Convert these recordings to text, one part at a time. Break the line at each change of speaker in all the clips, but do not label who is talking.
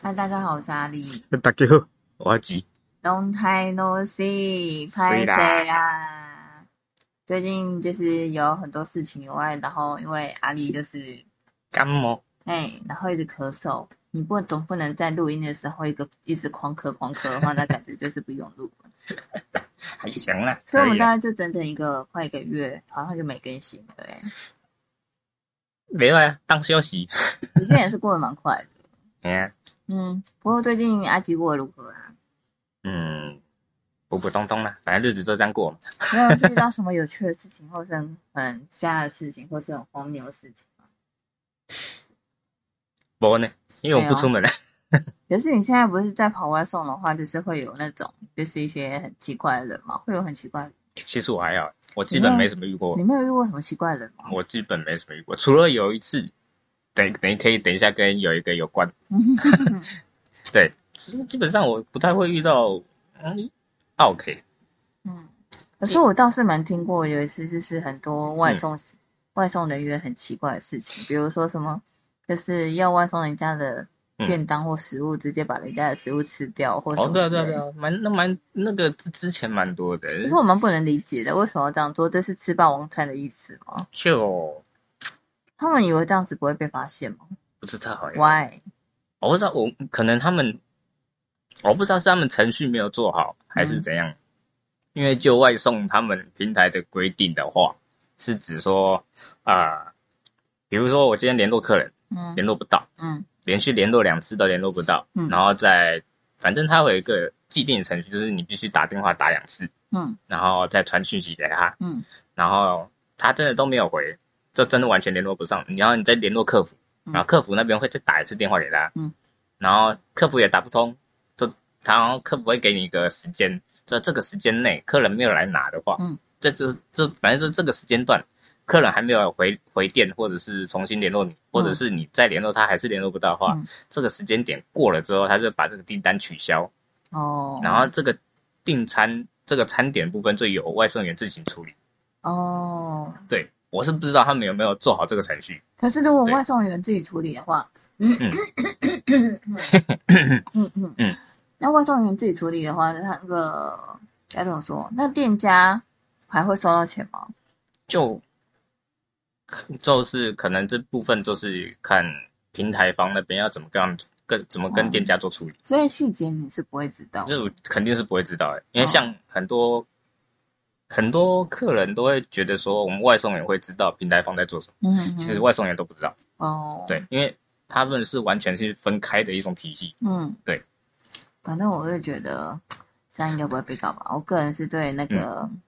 嗨，大家好，我是阿丽。
大家好，我阿吉。
Don't I know see，
是
拍
啦
谁啊？最近就是有很多事情以外，然后因为阿丽就是
感冒，
哎，然后一直咳嗽，你不总不能在录音的时候一个一直狂咳狂咳的话，那感觉就是不用录。
还行啦，
所以我
可
们
以啊
大
啦。
概就整整一个快一个月，好像就没更新了、哎，
没有啊，当休息。
时间也是过得蛮快的。
哎呀，
嗯，不过最近阿吉过得如何啊？
嗯，普普通通啦，反正日子就这样过嘛。
没有遇到什么有趣的事情，或是很很瞎的事情，或是很荒谬的事情吗？
我呢，因为我
没
不
有
出门了。啊
可是你现在不是在跑外送的话，就是会有那种，就是一些很奇怪的人嘛，会有很奇怪的。
其实我还好，我基本没什么遇过
你，没有遇过什么奇怪的人 吗？
我基本没什么遇过，除了有一次，等等可以等一下跟有一个有关。
嗯
对，其实基本上我不太会遇到。嗯，OK，
嗯，可是我倒是蛮听过有一次，就是很多
嗯
外送、外送人员很奇怪的事情，比如说什么，就是要外送人家的
嗯
便当或食物，直接把人家的食物吃掉，或什
哦，
么
对啊，
之
对啊，
类
对
的。
啊，蛮那蛮那个之之前蛮多的，
可是我蛮不能理解的，为什么要这样做？这是吃霸王餐的意思吗？
就
他们以为这样子不会被发现吗
不知道哎。
？Why？
我不知道，我可能他们，我不知道是他们程序没有做好，还是
嗯
怎样。因为就外送他们平台的规定的话，是指说，啊、比如说我今天联络客人，
嗯
联络不到，
嗯
连续联络两次都联络不到，
嗯
然后再，反正他会有一个既定的程序，就是你必须打电话打两次，
嗯
然后再传讯息给他，
嗯
然后他真的都没有回，这真的完全联络不上。然后你再联络客服，
嗯
然后客服那边会再打一次电话给他，
嗯，
然后客服也打不通，就他然后客服会给你一个时间，在这个时间内客人没有来拿的话，
嗯，
这这这反正就这个时间段。客人还没有回回电，或者是重新联络你，或者是你再联络他还是联络不到的话，
嗯
这个时间点过了之后，他就把这个订单取消，
哦，
然后这个订餐这个餐点部分就由外送员自行处理。
哦，
对，我是不知道他们有没有做好这个程序。
可是如果
对
外送员自己处理的话，嗯
嗯
嗯嗯
嗯，
那外送员自己处理的话，那个该怎么说？那店家还会收到钱吗？
就就是可能这部分就是看平台方那边要怎么跟他们跟怎么跟店家做处理，
所以细节你是不会知道
这我肯定是不会知道的，因为像很多、很多客人都会觉得说，我们外送员会知道平台方在做什么，
嗯，嗯
其实外送员都不知道，
哦，
对，因为他们是完全是分开的一种体系。
嗯，
对。
反正我会觉得，这样应该不会被告吧？我个人是对那个
嗯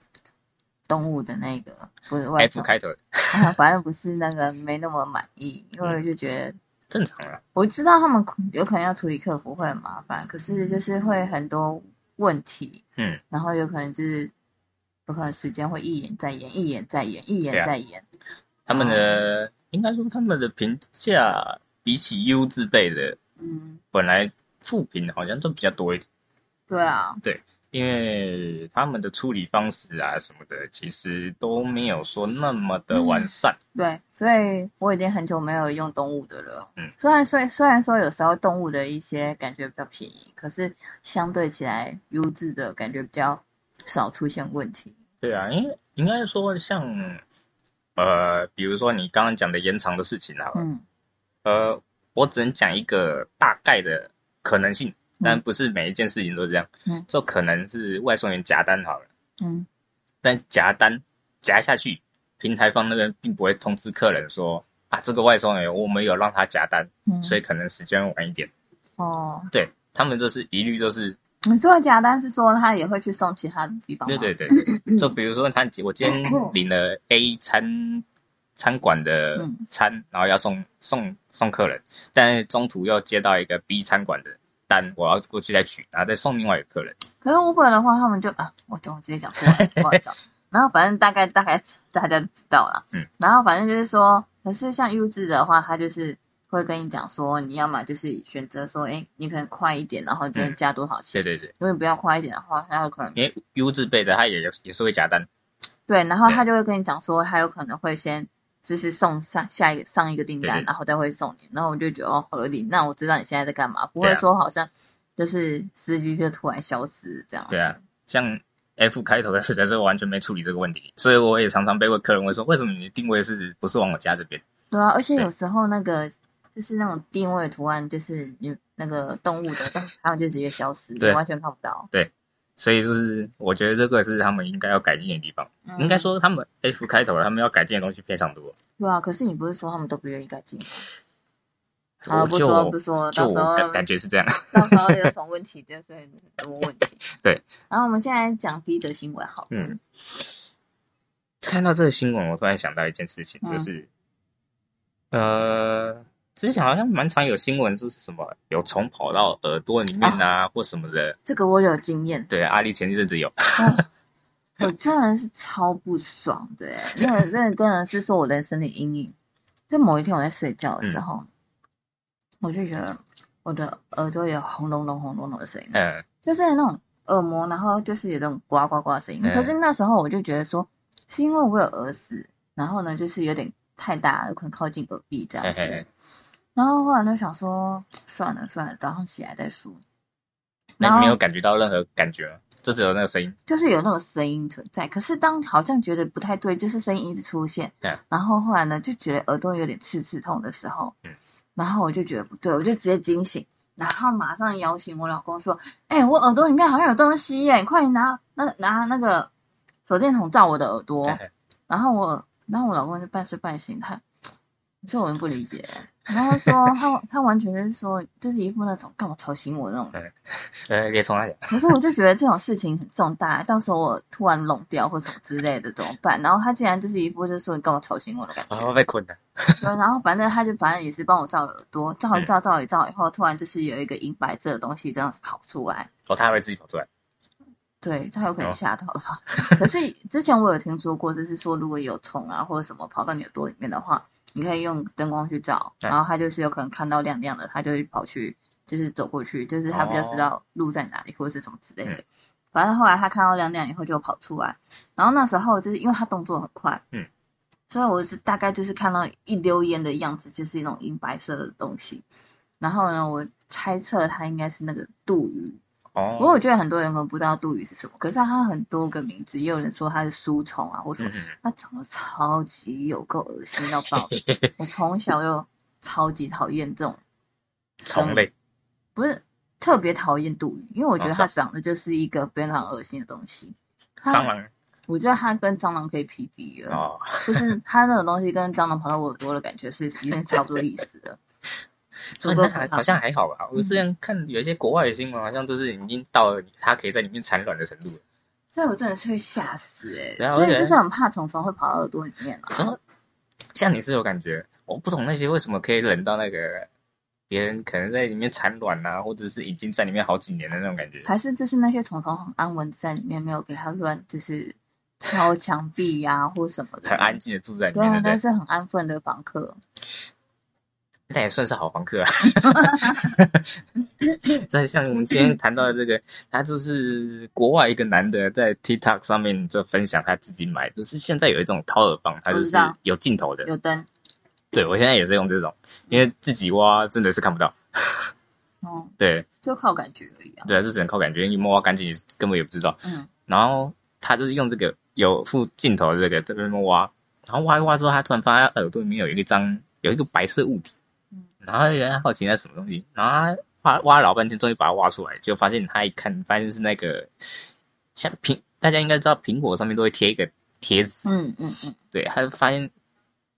动物的那个不是外
F
送，
开头的
啊 反正不是那个没那么满意，因为我就觉得
正常啦，
我知道他们可有可能要处理客服会很麻烦，可是就是会很多问题，
嗯，
然后有可能就是有可能时间会一延再延，一延再延，一
对
延
啊
再延。
他们的、应该说他们的评价比起 U 字辈的
嗯，
本来负评好像都比较多一点，
对啊，
因为他们的处理方式啊什么的，其实都没有说那么的完善。
对，所以我已经很久没有用动物的了。
嗯，
虽然虽虽然说有时候动物的一些感觉比较便宜，可是相对起来优质的感觉比较少出现问题。
对啊，因为应该说像呃，比如说你刚刚讲的延长的事情啊，
嗯
呃，我只能讲一个大概的可能性，
嗯
但不是每一件事情都这样。
嗯
就可能是外送员夹单好了，
嗯
但夹单夹下去，平台方那边并不会通知客人说啊，这个外送员我们有让他夹单，
嗯，
所以可能时间晚一点。
哦，
对他们就是一律都是，
你说的假单是说他也会去送其他的地方吗？
对对对，
嗯
就比如说他我今天领了 A 餐餐馆的
嗯
餐，然后要送送送客人，但是中途又接到一个 B 餐馆的单，我要过去再取，然后再送另外一个客人。
可是 Uber 的话，他们就啊，我懂，我直接讲出 来，不好意思啊。然后反正大概大概大家都知道了，
嗯。
然后反正就是说，可是像优质的话，他就是会跟你讲说，你要么就是选择说，哎，你可能快一点，然后今天加多少钱
对。对对，
如果你不要快一点的话，他有可能
因为 U 字辈的他也有也是会夹单，
对，然后
对
他就会跟你讲说，他有可能会先就是送上下一个上一个订单，
对对
然后再会送你，然后我就觉得哦合理，那我知道你现在在干嘛，不
对
会
啊
说好像就是司机就突然消失这样。
对啊，像 F 开头的人，但是完全没处理这个问题，所以我也常常被问客人问说，为什么你的定位是不是往我家这边？
对啊，而且
对
有时候那个就是那种定位图案，就是你那个动物的，它们就直接消失，你
对
完全看不到。
所以就是我觉得这个是他们应该要改进的地方。
嗯
应该说他们 F 开头的，他们要改进的东西非常多。
对啊，可是你不是说他们都不愿意改进吗？好
我
了，不
就
说
我
不说，
就
到时候
我感感觉是 这样。
到时候有什么问题就是很多问题。
对，
然后我们现在讲第一则新闻好了，
嗯，看到这个新闻，我突然想到一件事情，
嗯
就是，呃，之前好像蛮常有新闻，就是什么有虫跑到耳朵里面啊，或什么的。
这个我有经验，
对，阿丽前一阵 子有，
我真的是超不爽的欸，那个那个真的是说我的生理阴影。在某一天我在睡觉的
嗯
时候，我就觉得我的耳朵有轰隆隆、轰隆隆的声音，
嗯，
就是那种耳膜，然后就是有那种呱呱呱的声音。
嗯
可是那时候我就觉得说，是因为我有耳屎，然后呢就是有点太大，有可能靠近耳壁这样子。
嘿嘿嘿
然后后来就想说，算了算了，早上起来再说。
那
然后
你没有感觉到任何感觉吗？就只有那个声音，
就是有那种声音存在，可是当好像觉得不太对，就是声音一直出现，
嗯
然后后来呢就觉得耳朵有点刺刺痛的时候，
嗯
然后我就觉得不对，我就直接惊醒，然后马上摇醒我老公说：“哎、我耳朵里面好像有东西耶，你快点拿那拿那个手电筒照我的耳朵。
嘿嘿
然后我然后我老公就半睡半醒，他这我就不理解，然后他说他他完全就是说就是一副那种干嘛吵醒我那种
呃，也从来有，
可是我就觉得这种事情很重大，到时候我突然聋掉或什么之类的怎么办？然后他竟然就是一副就是说你干嘛吵醒我的感觉。
然哦后被困了，
对然后反正他就反正也是帮我照了耳朵，照一照照一照以后，突然就是有一个银白色的东西这样子跑出来。
哦，他还会自己跑出来，
对他有可能
哦
吓到了吧？ 可是之前我有听说过，就是说如果有虫啊或者什么跑到你耳朵里面的话，你可以用灯光去照，
对
然后它就是有可能看到亮亮的，它就会跑去，就是走过去，就是它比较知道路在哪里或者是什么之类的
哦嗯。
反正后来它看到亮亮以后就跑出来，然后那时候就是因为它动作很快，
嗯，
所以我是大概就是看到一溜烟的样子，就是那种银白色的东西。然后呢，我猜测它应该是那个杜鱼，不过
哦，
我觉得很多人可能不知道杜宇是什么，可是它很多个名字，也有人说它是书虫啊或什
嗯
么，
嗯，
它长得超级有够恶心到 爆的。我从小就超级讨厌这种
虫类，
不是特别讨厌杜宇，因为我觉得
哦
它
是
长得就是一个非常恶心的东西。它
蟑，螂，
我觉得它跟蟑螂可以匹敌了，
哦，
就是它那种东西跟蟑螂跑到我耳朵的感觉是已经差不多意思了。足够
那
可
还
怕
好像还好吧。我之前
嗯
看有一些国外的新闻，好像就是已经到了它可以在里面产卵的程度了。
所以我真的是会吓死哎、
对啊
所
我
以
觉得
就是很怕虫虫会跑到耳朵里面啊。
什么？像你是有感觉，我不懂那些为什么可以忍到那个别人可能在里面产卵啊，或者是已经在里面好几年的那种感觉。
还是就是那些虫虫很安稳地在里面，没有给它乱就是敲墙壁呀、或什么的，
很安。静的住在里
对
面，
啊
对，不
但
对？
是很安分的房客，
那也算是好房 客啊。再像我们今天谈到的这个，他就是国外一个男的在 TikTok 上面就分享他自己买，就是现在有一种掏耳棒，它
我
就
知
是
道
有镜头的，
有灯，
对，我现在也是用这种，因为自己挖真的是看不到。
哦，
对
就靠感觉而已啊。
对，就只能靠感觉，你摸挖干净根本也不知道。
嗯，
然后他就是用这个有附镜头的这个在那边挖，然后挖一挖之后，他突然发现他耳朵里面有一个张有一个白色物体
嗯，
然后原来好奇那是什么东西，然后他挖挖了老半天，终于把它挖出来，就发现他一看，发现是那个像苹，大家应该知道苹果上面都会贴一个贴纸，
嗯嗯嗯
对，他就发现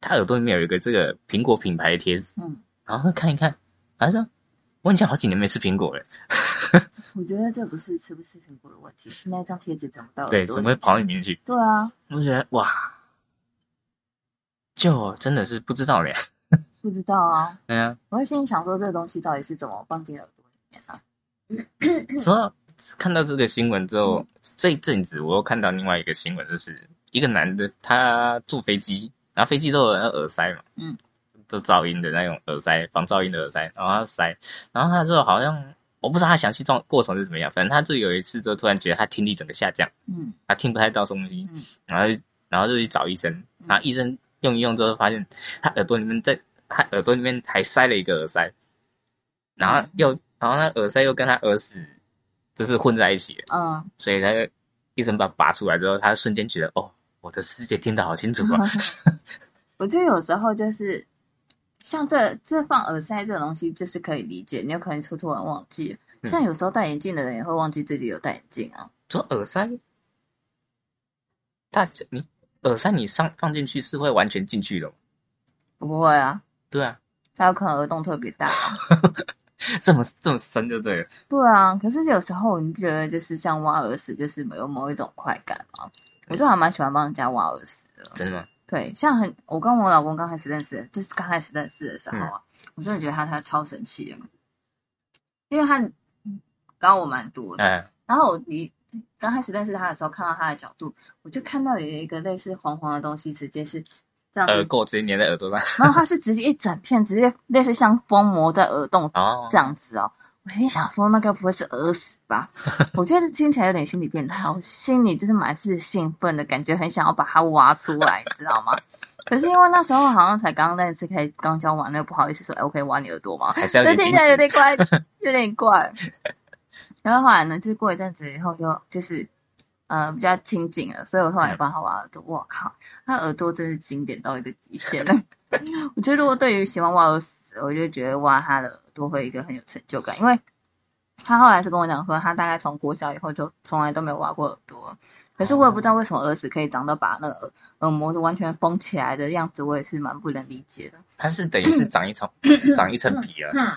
他耳朵里面有一个这个苹果品牌的贴纸。
嗯，
然后看一看，他说：“我已经好几年没吃苹果了，
我觉得这不是吃不吃苹果的问题，是那张贴纸长不到耳朵
对，
里。
怎么会跑到里面去
对啊，？”
我就觉得哇，就真的是不知道嘞。
不知道啊。
对 啊，
我会心里想说，这东西到底是怎么放进耳朵里面的、啊？
说到看到这个新闻之后，这一阵子我又看到另外一个新闻，就是一个男的他坐飞机，然后飞机都有那耳塞嘛，
嗯，
都噪音的那种耳塞，防噪音的耳塞，然后他塞，然后他说好像我不知道他详细状过程是怎么样，反正他就有一次就突然觉得他听力整个下降。
嗯
他听不太到东西
嗯，
然后就然后就去找医生，然后医生用一用之后，发现他耳朵里面在他耳朵里面还塞了一个耳塞，然后又然后那耳塞又跟他耳屎就是混在一起了，
嗯，
所以他就医生把它拔出来之后，他瞬间觉得哦，我的世界听得好清楚啊，
我觉得有时候就是像这这放耳塞这种东西，就是可以理解，你有可能会突然忘记。
嗯
像有时候戴眼镜的人也会忘记自己有戴眼镜啊。
说耳塞，大家你耳塞你上放进去是会完全进去的吗，哦
我不会啊，
对啊，
他有可能耳洞特别大。啊
这么这么深就对了，
对啊，可是有时候你觉得就是像挖耳屎，就是有某一种快感啊。我就还蛮喜欢帮人家挖耳屎的。
真的吗？
对，像很，我跟我老公刚开始认识，就是刚开始认识的时候啊，
嗯
我真的觉得他他超神奇的，因为他高我蛮多的，
哎，
然后我离刚开始认识他的时候，看到他的角度，我就看到有一个类似黄黄的东西，直接是这样
耳
子，
垢直接粘在耳朵上，
然后他是直接一整片，直接类似像封膜在耳洞
哦
这，样子哦。我心里想说，那该不会是耳屎吧？ 我觉得听起来有点心理变态，我心里就是满是兴奋的感觉，很想要把它挖出来，知道吗？ 可是因为那时候好像才刚认识，才刚交往，那不好意思说，哎，我可以挖你耳朵吗？
还是要
这
有点
听
惊
起来有点
喜，
怪，有点怪。然后后来呢，就是过一阵子以后又，就是呃比较清静了，所以我后来
嗯
帮他挖耳朵。我靠，他耳朵真是经典到一个极限了。 我觉得如果对于喜欢挖耳屎，我就觉得挖他的耳朵会有一个很有成就感，因为他后来是跟我讲说，他大概从国小以后就从来都没有挖过耳朵。可是我也不知
哦
道为什么耳屎可以长到把那个耳耳膜完全封起来的样子，我也是蛮不能理解的。
它是等于是长一层长一层皮了
嗯。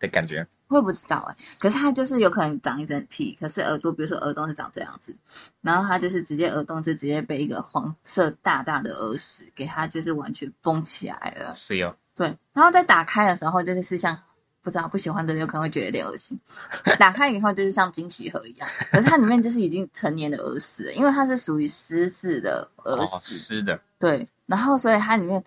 的感觉，
我也不知道哎、可是它就是有可能长一整皮，可是耳朵，比如说耳洞是长这样子，然后它就是直接耳洞就直接被一个黄色大大的耳屎给它就是完全封起来了，
是哦哟，
对，然后再打开的时候就是是像不知道不喜欢的人有可能会觉得有点恶心，打开以后就是像惊喜盒一样，可是它里面就是已经成年的耳屎了，因为它是属于湿式的
哦
耳，屎，
湿的，
对，然后所以它里面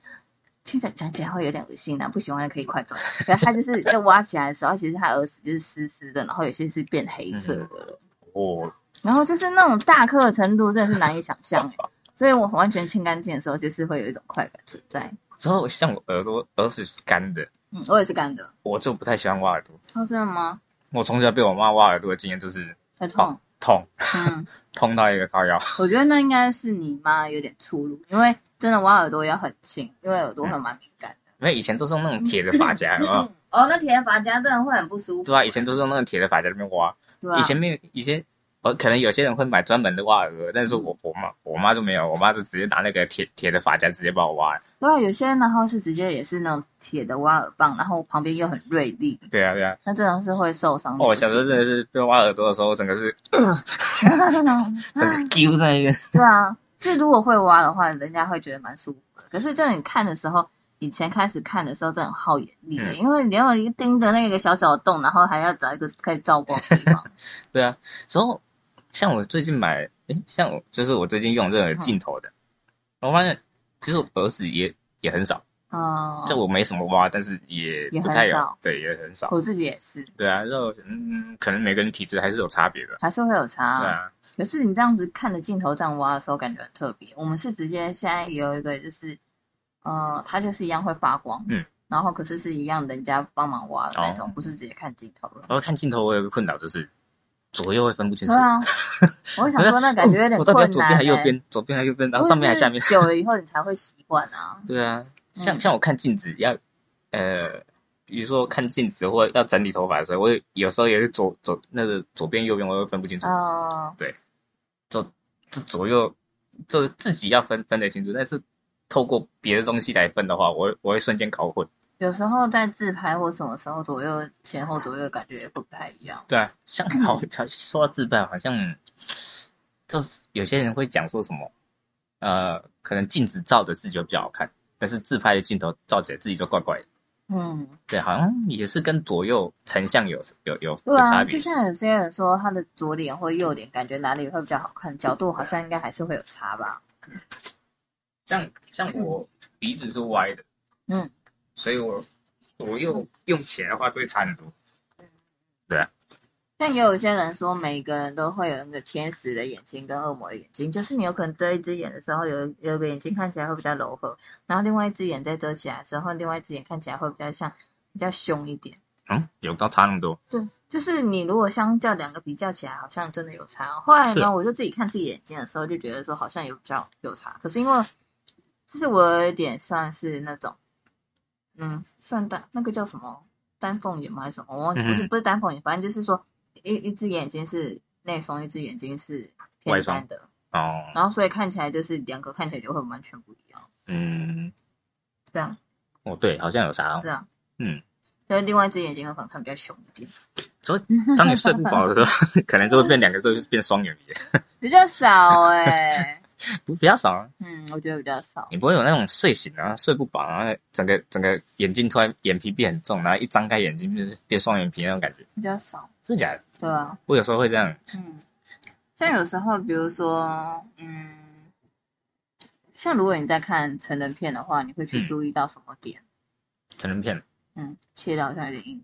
听起来讲起来会有点恶心啊的、不喜欢的可以快走。可是它就是在挖起来的时候，其实它耳屎就是湿湿的，然后有些是变黑色的了，
哦，
然后就是那种大颗的程度，真的是难以想象欸。所以我完全清干净的时候，就是会有一种快感存在。
之后像我耳朵耳屎是干的，
嗯，我也是干的。
我就不太喜欢挖耳朵。
哦，真的吗？
我从小被我妈挖耳朵的经验就是
很痛。
痛，
嗯，
痛到一个高腰。
我觉得那应该是你妈有点粗鲁，因为真的挖耳朵要很轻，因为耳朵会蛮敏感的。
因为以前都是用那种铁的 发夹，有没有
嗯哦，那铁发夹真的会很不舒服。
啊对啊，以前都是用那种铁的发夹在那边挖。
对啊，
以前没有，以前呃，可能有些人会买专门的挖耳朵，但是
嗯
我我妈我妈就没有，我妈就直接拿那个铁铁的发夹直接把我挖了。
对啊，有些然后是直接也是那种铁的挖耳棒，然后旁边又很锐利，
对啊对啊，
那这种是会受伤的。
哦我小时候真的是被挖耳朵的时候，我整个是 整
啊
个丢在那边。
对啊，这如果会挖的话，人家会觉得蛮舒服的。可是，就你看的时候，以前开始看的时候，真的很耗眼力的，
嗯
因为你要盯着那个小小的洞，然后还要找一个可以照光的 地方。
对啊，然后像我最近买，诶，像我就是我最近用这
嗯
个镜头的，我发现其实我耳屎也也很少，
嗯，
这我没什么挖，但是也
也
不
很
太有
少，
对，也很少。
我自己也是，
对啊，然后嗯，可能每个人体质还是有差别的。
还是会有差、
对啊，
可是你这样子看着镜头这样挖的时候，感觉很特别。我们是直接现在有一个就是，呃，它就是一样会发光，
嗯，
然后可是是一样人家帮忙挖的那种，
哦
不是直接看镜头了。
然后看镜头，我有个困扰就是左右会分不清楚
对。啊，我想说 那感觉有点
哦我到
困
底
难、
要
欸。
左边还右边？左边还右边？然后上面还下面
或？者是久了以后你才会习惯啊。
对啊，像
嗯
像我看镜子要，呃，比如说看镜子或要整理头发的时候，我有有时候也是左左那个左边右边我会分不清楚。
啊、
这左右，这自己要分分得清楚，但是透过别的东西来分的话，我会我会瞬间搞混。
有时候在自拍或什么时候左右前后左右感觉也会不太一样。
对啊，像好像 说到自拍，好像就是有些人会讲说什么，呃，可能镜子照的自己会比较好看，但是自拍的镜头照起来自己就怪怪的。
嗯，
对，好像也是跟左右成像有有有有
对
差
啊，就。
别
像有些人说他的左脸或右脸感觉哪里会比较好看，角度好像应该还是会有差吧。
像像我鼻子是歪的，
嗯，
所以我左右用起来的话就会差很多。
但也有些人说，每个人都会有那个天使的眼睛跟恶魔的眼睛，就是你有可能遮一只眼的时候，有有个眼睛看起来会比较柔和，然后另外一只眼在遮起来的时候，另外一只眼看起来会比较像比较凶一点。
嗯，有到差那么多，
对，就是你如果相较两个比较起来，好像真的有差哦、后来
是
呢，我就自己看自己眼睛的时候，就觉得说好像有比较有差。可是因为，就是我有点算是那种，嗯，算单那个叫什么丹凤眼吗？还是什么？我忘记，不是
嗯
不是丹凤眼，反正就是说一一只眼睛是内双，一只眼睛是
外
偏
双
单的，
哦，
然后所以看起来就是两个看起来就会完全不一样。
嗯，
这样
哦对，好像有差、哦
这。样，
嗯，
所以另外一只眼睛会可能看比较凶一点，
所以当你睡不饱的时候， 可能就会变两个都变双眼皮，
比较少哎、
不比较少、啊。
嗯，我觉得比较少。
你不会有那种睡醒然后睡不饱，然后整个整个眼睛突然眼皮变很重，然后一张开眼睛变变双眼皮那种感觉，
比较少，
真的假的？
对啊，
我有时候会这样，
嗯，像有时候，比如说，嗯，像如果你在看成人片的话，你会去
嗯
注意到什么点？
成人片，
嗯，切掉好像有点硬，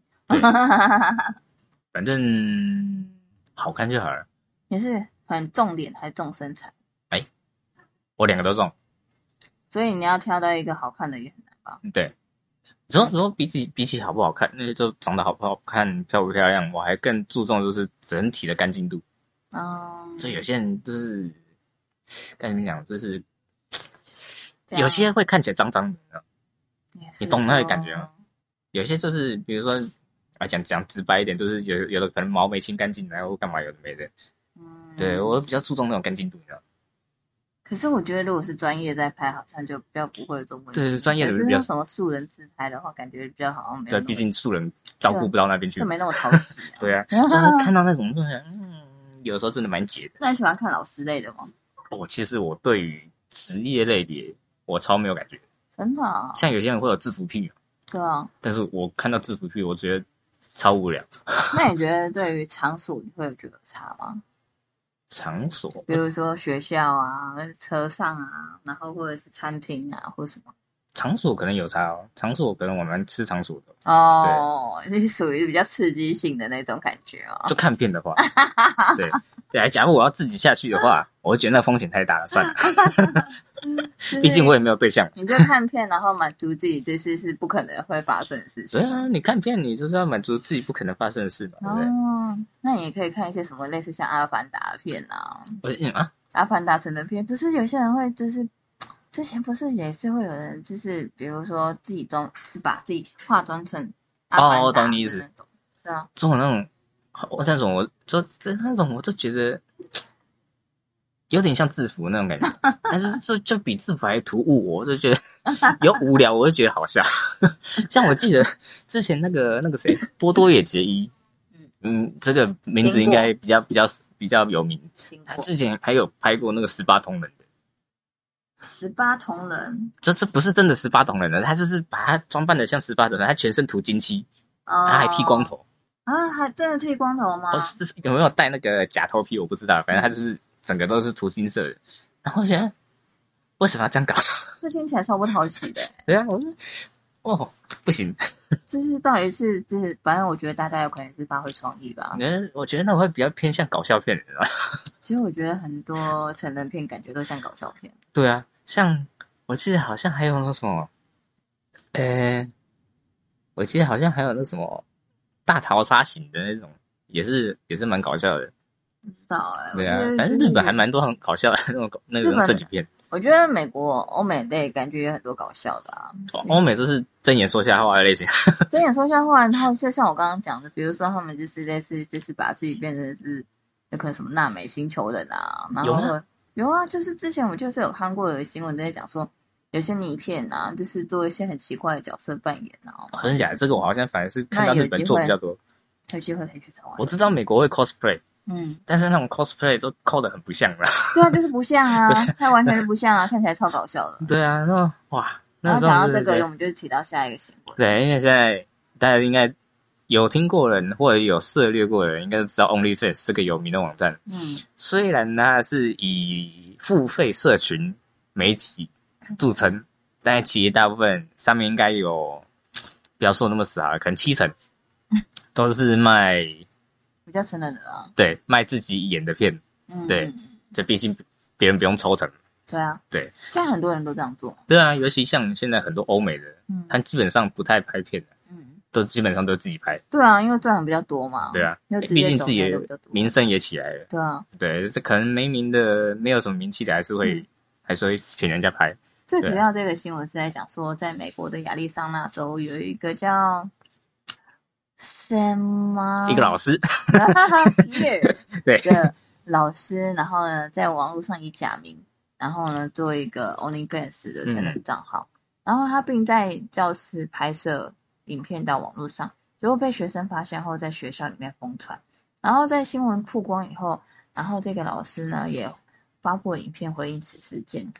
反正好看就好了。
也是很重脸还重身材，
我两个都中，
所以你要挑到一个好看的也很难吧？
对。你说你说比起比起好不好看，那就长得好不好看、漂不漂亮，我还更注重就是整体的干净度。
嗯，
就有些人就是该怎么讲，就是
对啊
有些会看起来脏脏的，你知道
也是
你懂那个感觉啊吗有些就是比如说啊讲讲直白一点，就是有有的可能毛没清干净，然后干嘛有的没的。
说嗯，
对我比较注重那种干净度，你知道吗？
可是我觉得，如果是专业在拍，好像就比较不会有这种问题。
对专业的
可
人
是
比较
那什么素人自拍的话，感觉比较好像没有
对，
那么，
毕竟素人照顾不到那边去
就。没那么讨喜、啊。
对啊，所以看到那种东西，嗯，有时候真的蛮解的。
那你喜欢看老师类的吗？
我、其实我对于职业类别我超没有感觉，
真的、啊？
像有些人会有制服癖嘛，
对啊。
但是我看到制服癖，我觉得超无聊。
那你觉得对于场所你会有觉得有差吗？
场所
比如说学校啊、车上啊，然后或者是餐厅啊，或什么？
场所可能有差哦，场所可能我蛮吃场所的，
哦，那是属于比较刺激性的那种感觉哦。
就看片的话，对。对，啊假如我要自己下去的话，我会觉得那风险太大了，算了。
就是
毕竟我也没有对象。
你就看片，然后满足自己这些是不可能会发生的事情
对。啊，你看片，你就是要满足自己不可能发生的事嘛，对不对？
哦，那你也可以看一些什么类似像《阿凡达》的片啊，
我就嗯啊，
阿凡达成的片，不是有些人会就是，之前不是也是会有人就是，比如说自己装是把自己化妆成阿凡达
哦我懂你意思
的那种，对啊，
这种那种，我那种我就这那种我就觉得有点像制服那种感觉，但是这就比制服还突兀，我就觉得有无聊，我就觉得好笑。 像我记得之前那个那个谁波多野结衣
嗯，
嗯，这个名字应该比较比较比较有名。
经
他
过
之前还有拍过那个十八铜人的，
十八铜人，
这这不是真的十八铜人的，他就是把他装扮的像十八铜人，他全身涂金漆，
哦、
他还剃光头。
啊，还真的剃光头吗？
哦，是是有没有戴那个假头皮我不知道，反正他就是整个都是涂金色的。然后我想，为什么要这样搞？
这听起来超不讨喜的，
对啊，我说，哦，不行，
就是到底是就是，反正我觉得大家有可能是发挥创意吧。
嗯，我觉得那会比较偏向搞笑片人啊。
其实我觉得很多成人片感觉都像搞笑片，
对啊，像我记得好像还有那什么，呃，我记得好像还有那什么大逃杀型的那种，也是也是蛮搞笑的。
不知道哎、我
对
觉
啊
得，
反正
就是
日本还蛮多很搞笑的那种搞那
日
种
本嗯
设计片，
我觉得美国、欧美类感觉有很多搞笑的啊。
哦欧美都是睁眼说瞎话的类型。
睁眼说瞎话，然后就像我刚刚讲的，比如说他们就是类似，就是把自己变成是有可能什么纳美星球人啊，然
有
后
吗
会有啊，就是之前我就是有看过有新闻在讲说，有些迷片啊，就是做一些很奇怪的角色扮演啊，
真的假的？这个我好像反而是看到
那有
日本
机
做
会
比较多。
有机会可以去找
我知道美国会 cosplay，
嗯，
但是那种 cosplay 都 cos 的很不像啦。
对啊，就是不像啊，他完全是不像啊，看起来超搞笑的。
对啊，那哇，
然
那
后讲到
种
这个，我们就提到下一个新闻，
对，因为现在大家应该有听过人或者有涉猎过的人，应该都知道 OnlyFans 这个有名的网站。
嗯，
虽然它是以付费社群媒体著称，但其实大部分上面应该有，不要说那么死啊，可能七成都是卖
比较成人的啦。
对，卖自己演的片，
嗯，
对这毕竟别人不用抽成。
对啊，
对，
现在很多人都这样做。
对啊，尤其像现在很多欧美人，
嗯
他基本上不太拍片的，
嗯，
都基本上都自己拍。
对啊，因为赚的比较多嘛。
对啊，
因为直
毕
接
竟
走
自己
内
的
都比较多
名声也起来了。
对啊，
对，这可能没名的，没有什么名气的，还是会、
嗯
还是会请人家拍。
最
对啊
主要这个新闻是在讲说，在美国的亚利桑那州有一个叫 Sam 吗
一个 老师，
耶
对
的老师，然后呢，在网络上以假名，然后呢，做一个 OnlyFans 的成人账号，然后他并在教室拍摄影片到网络上，结果被学生发现后，在学校里面疯传，然后在新闻曝光以后，然后这个老师呢也发布了影片回应此事件。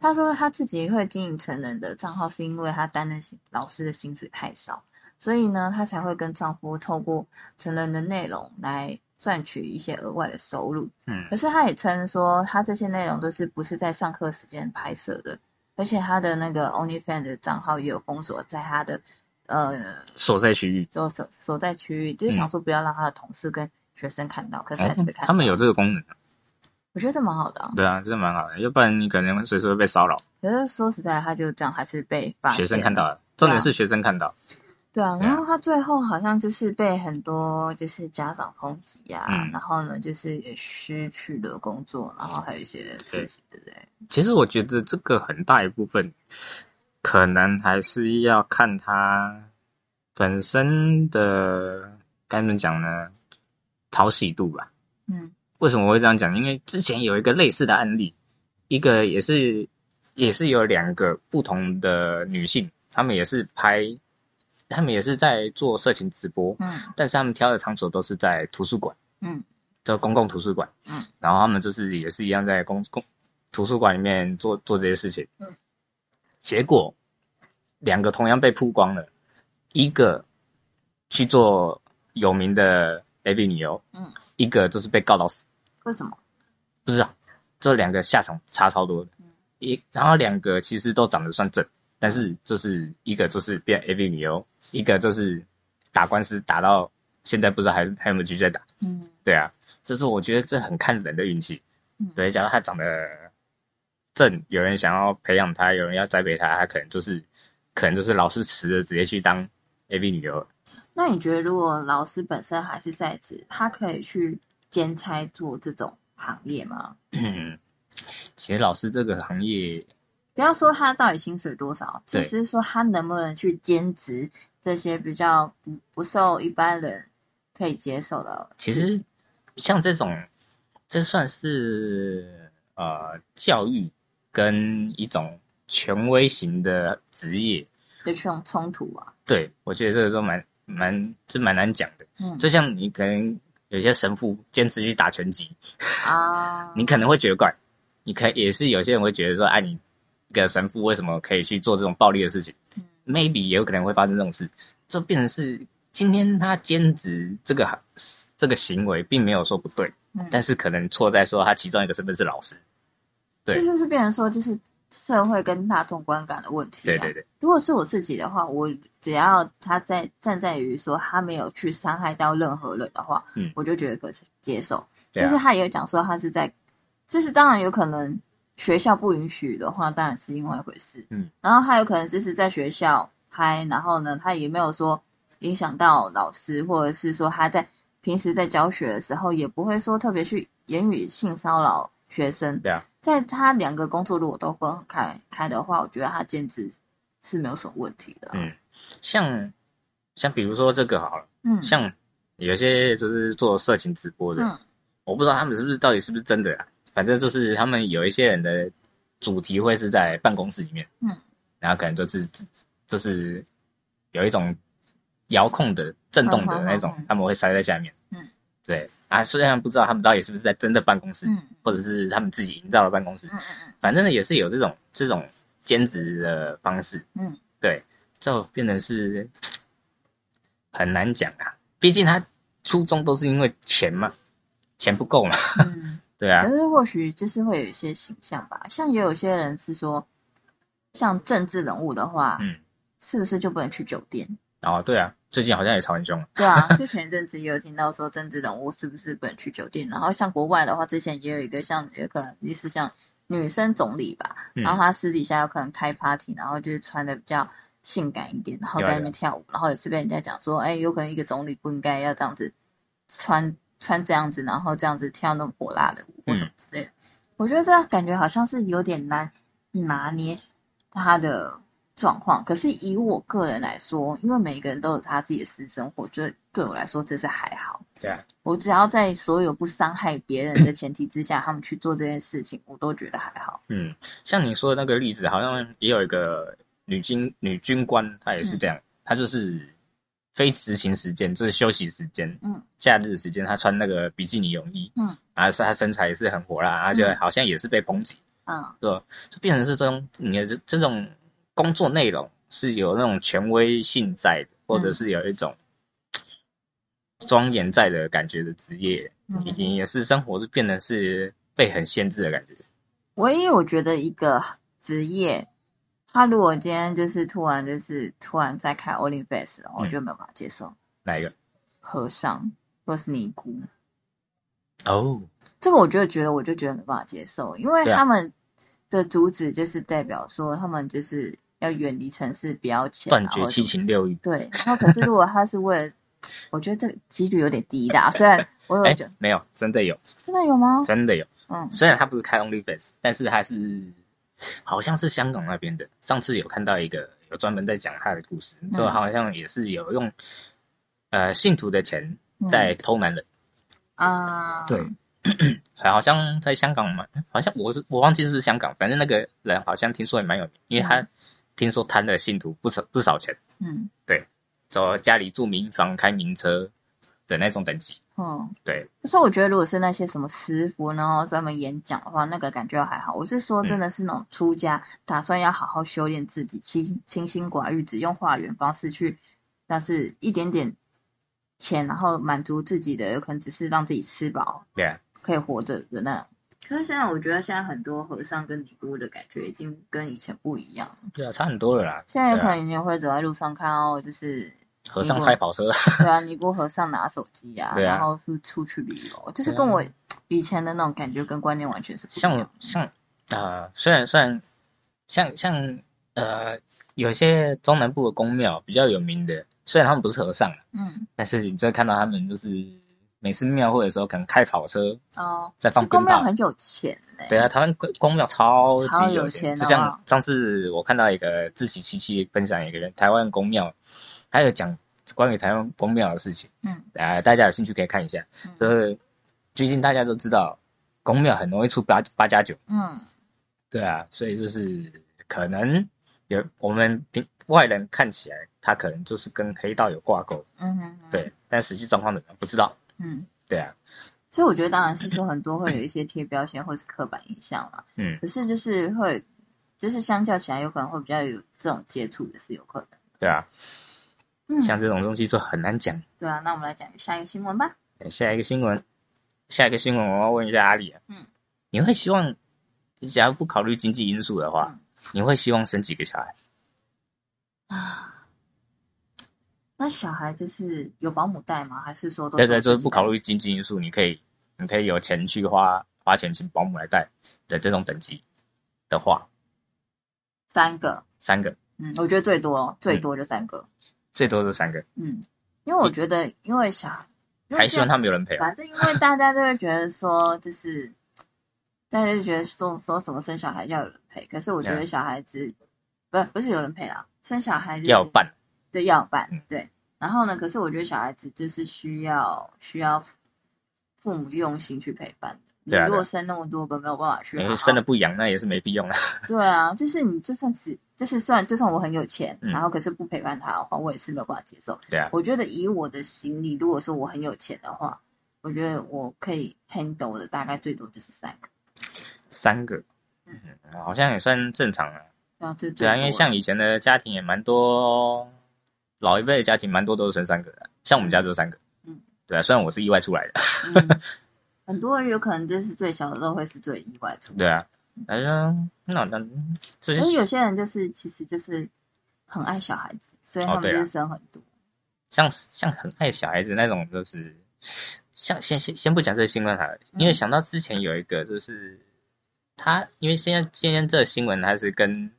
他说他自己会经营成人的账号，是因为他担任老师的薪水太少，所以呢，她才会跟丈夫透过成人的内容来赚取一些额外的收入。
嗯
可是她也称说，她这些内容都是不是在上课时间拍摄的，而且她的那个 OnlyFans 的账号也有封锁在她的呃
所在 区域。
就所所在区域，就是想说不要让她的同事跟学生看到，可是还是被看到。
嗯哎他们有这个功能，
我觉得这蛮好的、啊。
对啊，这蛮好的，要不然你可能随时会被骚扰。
可是说实在，她就这样还是被发现
学生看
了啊
到了，重点是学生看到，
对啊，
对啊
然后他最后好像就是被很多就是家长抨击啊，
嗯
然后呢就是也失去了工作，然后还有一些事情，对不对？
其实我觉得这个很大一部分，可能还是要看他本身的该怎么讲呢，讨喜度吧。
嗯
为什么我会这样讲？因为之前有一个类似的案例，一个也是也是有两个不同的女性，她们也是拍，她们也是在做色情直播，
嗯
但是她们挑的场所都是在图书馆，
嗯
就公共图书馆。
嗯，
然后她们就是也是一样在公公图书馆里面做做这些事情。
嗯，
结果两个同样被曝光了，一个去做有名的 AV 女优，
嗯，
一个就是被告到死。
为什么？
不知道，这两个下场差超多的
嗯。
一然后两个其实都长得算正，但是就是一个就是变 AV 女优，一个就是打官司打到现在不知道还还有没有继续在打。
嗯
对啊，这是我觉得这很看人的运气。
嗯
对，假如他长得正，有人想要培养他，有人要栽培他，他可能就是可能就是老师辞了，直接去当 AV 女优。
那你觉得如果老师本身还是在职，他可以去兼差做这种行业吗？
其实老师这个行业，
不要说他到底薪水多少，
对
只是说他能不能去兼职这些比较不不受一般人可以接受的
其
事情。
实像这种，这算是呃教育跟一种权威型的职业。
就这种冲突啊，
对我觉得这个都蛮蛮这蛮难讲的。
嗯
就像你可能有些神父坚持去打拳击，
啊，
你可能会觉得怪，你可也是有些人会觉得说，哎、你一个神父为什么可以去做这种暴力的事情
嗯
？maybe 也有可能会发生这种事，这变成是今天他兼职这个这个行为并没有说不对，
嗯
但是可能错在说他其中一个身份是老师。对
这就是变成说，就是社会跟大众观感的问题、啊。
对对对，
如果是我自己的话，我只要他在站在于说他没有去伤害到任何人的话，
嗯
我就觉得可以接受。
对
但是
啊，
他也有讲说他是在，就是当然有可能学校不允许的话，当然是另外一回事。
嗯，
然后还有可能就是在学校拍，然后呢，他也没有说影响到老师，或者是说他在平时在教学的时候也不会说特别去言语性骚扰学生。
对啊，
在他两个工作如果都分开开的话，我觉得他兼职是没有什么问题的。
嗯，像像比如说这个好了，
嗯
像有些就是做色情直播的，
嗯
我不知道他们是不是到底是不是真的啊，反正就是他们有一些人的主题会是在办公室里面，
嗯，
然后可能就是就是有一种遥控的震动的那种
嗯嗯嗯，
他们会塞在下面，
嗯，
对啊，虽然不知道他们到底是不是在真的办公室，
嗯
或者是他们自己营造的办公室，
嗯嗯
反正呢也是有这种这种兼职的方式，
嗯，
对，就变成是很难讲啊。毕竟他初衷都是因为钱嘛，钱不够嘛，
嗯，
对啊
可，是或许就是会有一些形象吧，像也有些人是说，像政治人物的话，
嗯，
是不是就不能去酒店？
哦，对啊，最近好像也吵很凶了。
对啊，就前一阵子也有听到说政治人物是不是不能去酒店，然后像国外的话，之前也有一个像有可能类似像女生总理吧，
嗯
然后她私底下有可能开 party，然后就是穿的比较性感一点，然后
有啊
在那
有啊
边跳舞，然后也是被人家讲说，哎，有可能一个总理不应该要这样子穿穿这样子，然后这样子跳那么火辣的舞或什么之类的。我觉得这样感觉好像是有点难拿捏他的状况。可是以我个人来说，因为每个人都有他自己的私生活，就是对我来说这是还好。
对啊，
我只要在所有不伤害别人的前提之下，他们去做这件事情，我都觉得还好。
嗯，像你说的那个例子，好像也有一个女军女军官，她
嗯
也是这样，她就是非执行时间，就是休息时间，
嗯，
假日时间，她穿那个比基尼泳衣，
嗯，
然后是她身材也是很火辣，然啊后就
嗯
好像也是被抨击，
嗯
对吧？就变成是这种你的这这种工作内容是有那种权威性在的，或者是有一种庄严在的感觉的职业，
嗯
你你也是生活就变成是被很限制的感觉，
唯一我觉得一个职业，他如果今天就是突然就是突然在开 o l y m p i s 我就没有办法接受
哪一个？
和尚或是尼姑。
哦，
这个我就觉得我就觉得没办法接受，因为
对啊
他们的主旨就是代表说他们就是要远离城市，不要钱、啊，
断绝
或者
七情六欲。
对。然后可是如果他是为了，我觉得这个几率有点低啦。虽然我有
哎
觉得、，
没有，真的有，
真的有吗？
真的有。
嗯，
虽然他不是开 OnlyFans，但是他是好像是香港那边的。上次有看到一个有专门在讲他的故事，说好像也是有用呃信徒的钱
嗯
在偷男人。
啊，
对好像在香港嘛，嗯好像我我忘记是不是香港，反正那个人好像听说也蛮有名，因为他
嗯
听说贪了信徒不少不少钱，
嗯
走家里住民房、开名车的那种等级。
嗯，
对。
可是我觉得如果是那些什么师傅，然后专门演讲的话，那个感觉还好。我是说，
嗯
真的是那种出家，打算要好好修炼自己，清清心寡欲，只用化缘方式去，但是一点点钱，然后满足自己的，有可能只是让自己吃饱，
对啊，
可以活着的那种。可是现在我觉得现在很多和尚跟尼姑的感觉已经跟以前不一样了。
对啊，差很多了啦。
现在有
对啊
可能你会走在路上看到就是
和尚
如果
开跑车，
对啊，尼姑和尚拿手机啊，
对啊
然后是出去旅游，就是
对啊
跟我以前的那种感觉跟观念完全是不一
像
样
我。像啊、呃虽然虽然像像呃，有些中南部的宫庙比较有名的，虽然他们不是和尚，啊
嗯，
但是你就会看到他们就是每次庙会的时候，可能开跑车
哦，
在放
公
鞭
庙
炮。
很有钱嘞、
对啊，台湾宫宫庙超
超
级
有钱哦
钱，
好
就
不
像
好
上次我看到一个自喜七七分享一个人台湾宫庙，他有讲关于台湾宫庙的事情，
嗯，
啊、大家有兴趣可以看一下。
嗯
所以最近大家都知道，宫庙很容易出八八加九。
嗯，
对啊，所以就是可能有我们平外人看起来，他可能就是跟黑道有挂钩，
嗯嗯，嗯，
对，但实际状况怎么样不知道，
嗯。
对啊，
所以我觉得当然是说很多会有一些贴标签或是刻板印象啦，
嗯，
可是就是会，就是相较起来有可能会比较有这种接触的是有可能。
对啊，
嗯，
像这种东西就很难讲。
对啊，那我们来讲下一个新闻吧。
哎下一个新闻，下一个新闻我要问一下阿里、啊，
嗯，
你会希望，假如不考虑经济因素的话
嗯，
你会希望生几个小孩？
啊，那小孩就是有保姆带吗？还是说都
对对，
我
就
自
是
己
不考
带
虑经济因素，你可以你可以有钱去花花钱请保姆来带的这种等级的话，
三个？
三个
嗯，我觉得最多最多就三个。
最多就三个，
嗯，因为我觉得，因为小孩，因为
还希望他们有人陪
这样
哦。
反正因为大家都会觉得说，就是大家就觉得说说什么生小孩要有人陪，可是我觉得
嗯
小孩子不不是有人陪啦，生小孩就是
要有伴，
对，要有伴
嗯，
对。然后呢，可是我觉得小孩子就是需要需要父母用心去陪伴的。你
对啊
如
对
果
啊
生那么多个，没有办法去
因
好
为
好
哎生了不养，那也是没必要了。
对啊，就是你就算只就是算就算我很有钱，
嗯
然后可是不陪伴他的话，我也是没有办法接受。
对啊，
我觉得以我的心理，如果说我很有钱的话，我觉得我可以 handle 的大概最多就是三个，
三个，嗯，好像也算正常啊。
对啊，这最
对啊，因为
多
像以前的家庭也蛮多，老一辈的家庭蛮多都是生三个的，像我们家就三个。
嗯，
对啊，虽然我是意外出来的，
了、 嗯、很多人有可能就是最小的都会是最意外出，
对啊，反正那那这
可是
些
有些人就是其实就是很爱小孩子，所以他
哦对
们
啊
就是生很多，
像像很爱小孩子那种，就是像先先先不讲这个新闻好了，因为
嗯
想到之前有一个就是他，因为现在今天这个新闻他是跟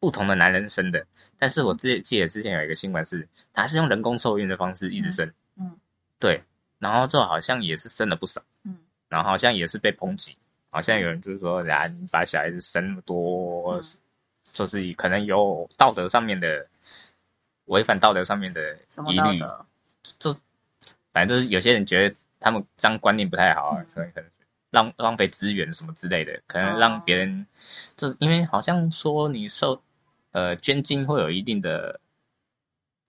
不同的男人生的，但是我记记得之前有一个新闻是他是用人工受孕的方式一直生，
嗯嗯
对，然后就好像也是生了不少，
嗯，
然后好像也是被抨击，好像有人就是说，啊，你把小孩子生那么多，
嗯
就是可能有道德上面的违反道德上面的
什么
疑
道
虑，
德？
就反正就是有些人觉得他们这样观念不太好啊，
嗯
所以可能浪浪费资源什么之类的，可能让
哦
别人这、因为好像说你受呃捐精会有一定的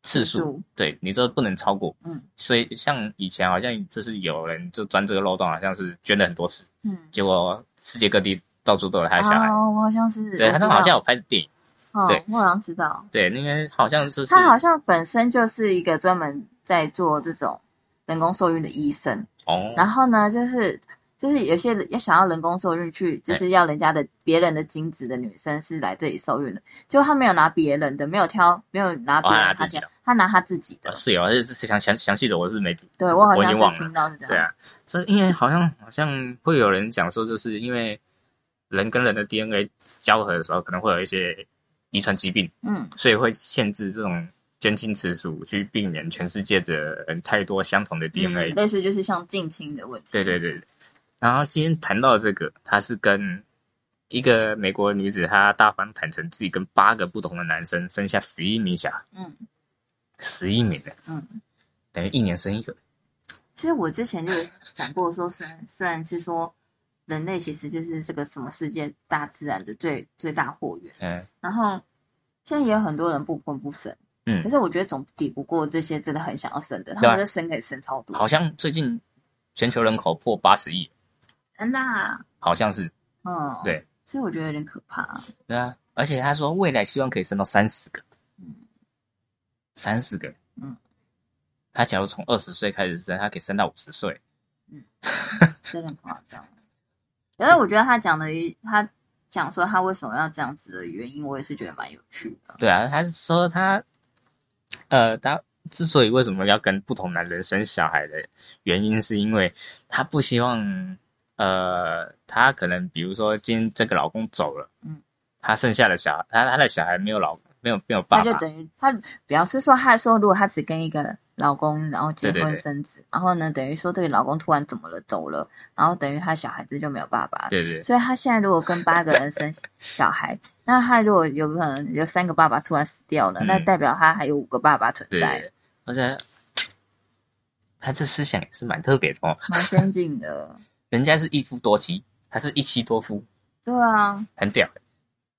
次
次
数
数，
对你这不能超过，
嗯
所以像以前好像就是有人就钻这个漏洞，好像是捐了很多次，
嗯，
结果世界各地到处都有他的小孩，
哦，我好像是，
对
我
他
知
们好像
道
有拍电影，
哦
对，
我好像知道，
对，因为好像就是
他好像本身就是一个专门在做这种人工受孕的医生，
哦，
然后呢，就是就是有些人要想要人工受孕去，就是要人家的别人的精子的女生是来这里受孕的，就他没有拿别人的，没有挑，没有拿别
哦他拿
人，
自
他
己的
讲他拿他自己的
呃，是有，而且是详详详细的我是没，
对
我
我好
已
像
经忘
是
了
听，到是这
对
样，
啊，这因为好像好像会有人讲说，就是因为人跟人的 DNA 交合的时候，可能会有一些遗传疾病，
嗯
所以会限制这种捐精次数，去避免全世界的人太多相同的 DNA
嗯，类似就是像近亲的问题，
对对对。然后今天谈到这个，她是跟一个美国女子，她大方坦诚自己跟八个不同的男生生下十一名小孩，
嗯
十一名的，
嗯。
等于一年生一个。
其实我之前就有讲过说，虽然虽然是说人类其实就是这个什么世界大自然的最最大货源，
嗯
然后现在也有很多人不婚不生，
嗯
可，是我觉得总抵不过这些真的很想要生的，他
对啊
们就生可以生超多，
好像最近全球人口破八十亿，
真的啊，
好像是
嗯，
对，
所以我觉得有点可怕，
对啊。而且他说未来希望可以升到三十个，
嗯
三十个。
嗯，
他假如从二十岁开始生，他可以生到五十岁。
真的很夸张。可是我觉得他讲的一，他讲说他为什么要这样子的原因，我也是觉得蛮有趣的，
对啊，他是说他，呃，他之所以为什么要跟不同男人生小孩的原因，是因为他不希望，呃，他可能比如说今天这个老公走了，
嗯，
他剩下的小孩，他他的小孩没有老没有没有爸
他就
爸，
等于他表示说，他说如果他只跟一个老公，然后结
对对
婚
对
生子，然后呢，等于说这个老公突然怎么了走了，然后等于他小孩子就没有爸爸，
对对对
所以他现在如果跟八个人生小孩，那他如果有可能有三个爸爸突然死掉了，
嗯
那代表他还有五个爸爸存
对
在，
对，而且他这思想也是蛮特别的哦，
蛮先进的。
人家是一夫多妻，他是一妻多夫，
对啊，
很屌。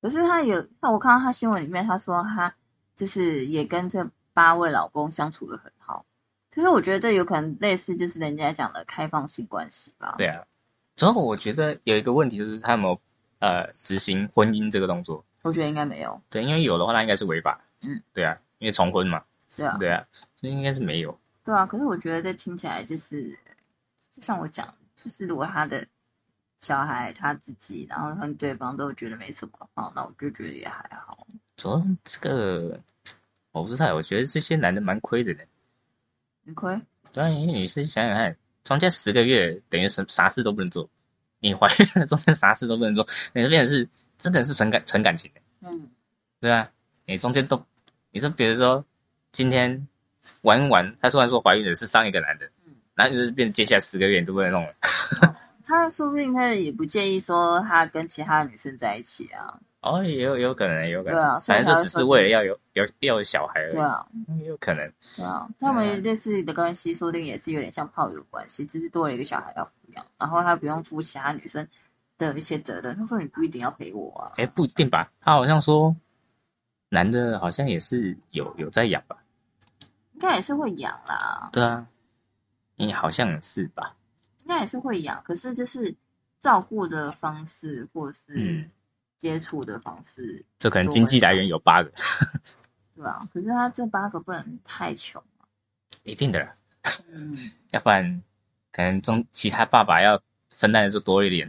可是他有，那我看到他新闻里面，他说他就是也跟这八位老公相处的很好。其实我觉得这有可能类似，就是人家讲的开放性关系吧。
对啊，之后我觉得有一个问题就是他有没有呃执行婚姻这个动作？
我觉得应该没有。
对，因为有的话那应该是违法。
嗯，
对啊，因为重婚嘛。
对啊，
对啊，所以应该是没有。
对啊。可是我觉得这听起来就是，就像我讲，就是如果他的小孩他自己，然后跟对方都觉得没什么的话，那我就觉得也还好。
主要这个我不知道，我觉得这些男的蛮亏的呢。
你亏，
对啊，因为你是想想看，中间十个月等于什啥事都不能做，你怀孕了中间啥事都不能做，你这边是真的是纯感纯感情的，
嗯，
对啊，你中间都，你说比如说今天玩一玩，她突然说怀孕了是上一个男的
嗯，
然后就是变成接下来十个月你都不能弄了。
他说不定他也不介意说他跟其他的女生在一起啊。
哦，也有也有可能，也有可能，
对啊所以
反正
才会
就只
说
是为了要有有要有小孩而已，
对啊，
嗯也有可能。
对啊，他
嗯
们类似的关系，说不定也是有点像炮友关系，只是多了一个小孩要抚养，然后他不用负其他女生的一些责任。他说你不一定要陪我啊，
哎、不一定吧？他好像说，男的好像也是有有在养吧？
应该也是会养啦，
对啊，你好像是吧？
应该也是会养，可是就是照顾的方式或是
嗯
接触的方式，
这可能经
啊
济来源有八个，
对吧、可是他这八个不能太穷，
一定的啦，
嗯，
要不然可能中其他爸爸要分担的就多一点。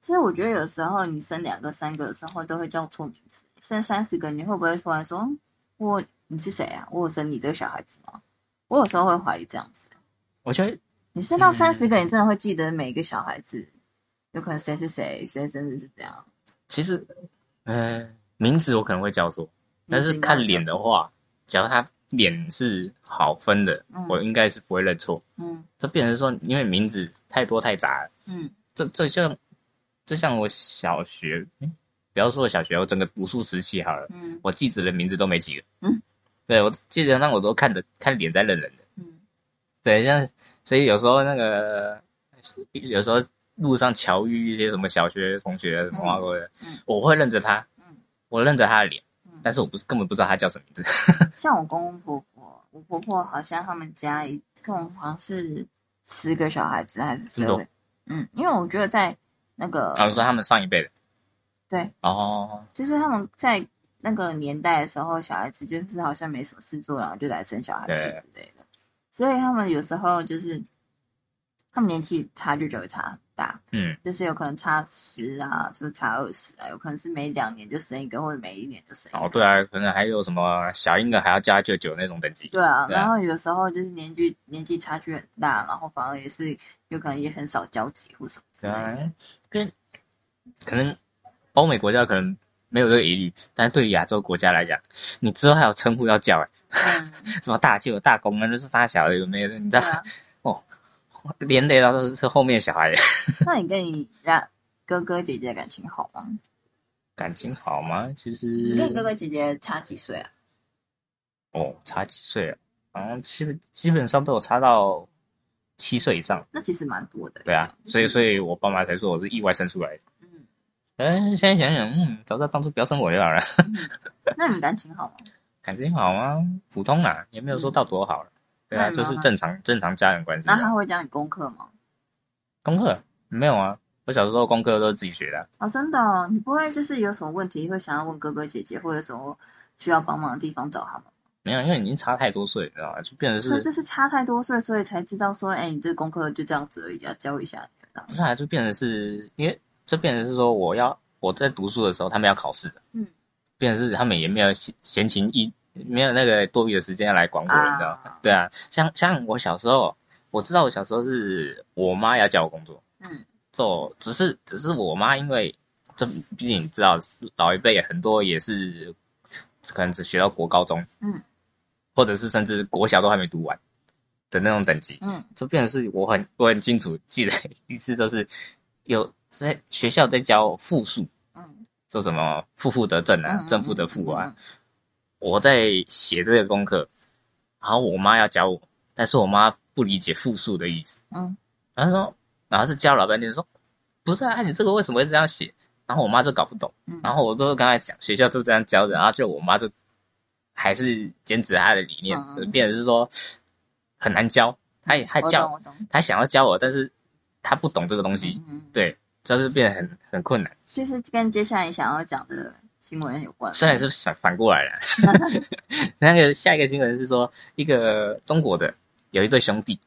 其实我觉得有时候你生两个、三个的时候都会叫错名字，生三十个你会不会突然说嗯我你是谁啊？我有生你这个小孩子吗？我有时候会怀疑这样子。
我觉得
你生
嗯
到三十个，你真的会记得每一个小孩子，有可能谁是谁，谁生日是怎样。
其实，呃，名字我可能会教错，但是
名字应该
看
会
脸的话，只要他脸是好分的，
嗯
我应该是不会认错。
嗯
这变成说，因为名字太多太杂了，
嗯
这这像这像我小学，嗯不要说我小学，我整个读书时期好了，
嗯
我记子的名字都没几个。
嗯，
对我基本上我都看着看脸在认人的。
嗯
对，像所以有时候那个有时候路上巧遇一些什么小学同学什么啊
嗯
或者
嗯
我会认着他，
嗯
我认着他的脸，
嗯。
但是我不是根本不知道他叫什么名字。
像我公公婆婆，我婆婆好像他们家一共好像是十个小孩子还是十
这么
二
多啊
个？嗯，因为我觉得在那个
好像说他们上一辈的。
对。
哦，
就是他们在那个年代的时候，小孩子就是好像没什么事做，然后就来生小孩子
对
之类的，所以他们有时候就是他们年纪差距就会差很大，
嗯，
就是有可能差十啊，就是差二十啊，有可能是每两年就生一个，或者每一年就生一个。
哦，对啊，可能还有什么小婴儿还要叫他舅舅那种等级。
对啊，
对啊
然后有时候就是年纪年纪差距很大，然后反而也是有可能也很少交集或什么之类的。
对，跟可能欧美国家可能没有这个疑虑，但是对于亚洲国家来讲，你之后还有称呼要叫、欸，
嗯，
什么大舅、大公啊，那就是大小的有没有？ 你知
对
道，
啊。
连累到是是后面小孩
那你跟你家哥哥姐姐感情好吗？
嗯感情好吗？其
你
实
跟你哥哥姐姐差几岁啊？
哦，差几岁啊？好像基基本上都有差到七岁以上，
那其实蛮多的。
对啊，所以所以我爸妈才说我是意外生出来的。
嗯，
嗯，现在想想，嗯，早知道当初不要生我就好了。
嗯那你们感情好 吗？
感情好啊，普通啊，也没有说到多好了。对啊，
那你
就
妈
是
妈
正常正常家人关系、
那
啊
他。会教你功课吗？
功课没有啊，我小时候功课都是自己学的啊、
哦，真的哦，你不会就是有什么问题会想要问哥哥姐姐，或者什么需要帮忙的地方找他们？
没有，因为已经差太多岁，你知道吗？就变成
所以
是，
就是差太多岁，所以才知道说，哎，你这功课就这样子而已啊，教一下你啊。
不是啊，就变成是因为就变成是说，我要我在读书的时候，他们要考试的，
嗯，
变成是他们也没有闲闲情逸，没有那个多余的时间来管我，
啊
你知道吗？对啊，像像我小时候，我知道我小时候是我妈要叫我工作，
嗯
做，只是只是我妈因为这，毕竟你知道老一辈很多也是可能只学到国高中，
嗯，
或者是甚至国小都还没读完的那种等级，
嗯
就变成是我很我很清楚记得一次就是有在学校在教复数，
嗯
说什么负负得正啊，
嗯，
正负得负啊，
嗯，
我在写这个功课，然后我妈要教我，但是我妈不理解复数的意思。
嗯，
然后说，然后是教老半天说，不是啊，你这个为什么会这样写？然后我妈就搞不懂，
嗯
然后我就跟她讲，学校就这样教的，然后就我妈就还是坚持她的理念，
嗯嗯
变成是说很难教，她也她
我
教
懂我懂。
她想要教我，但是她不懂这个东西，
嗯嗯，
对，就是变得很很困难。
就是跟接下来想要讲的新闻有关。
虽然是反反过来了， 那个下一个新闻是说，一个中国的有一对兄弟，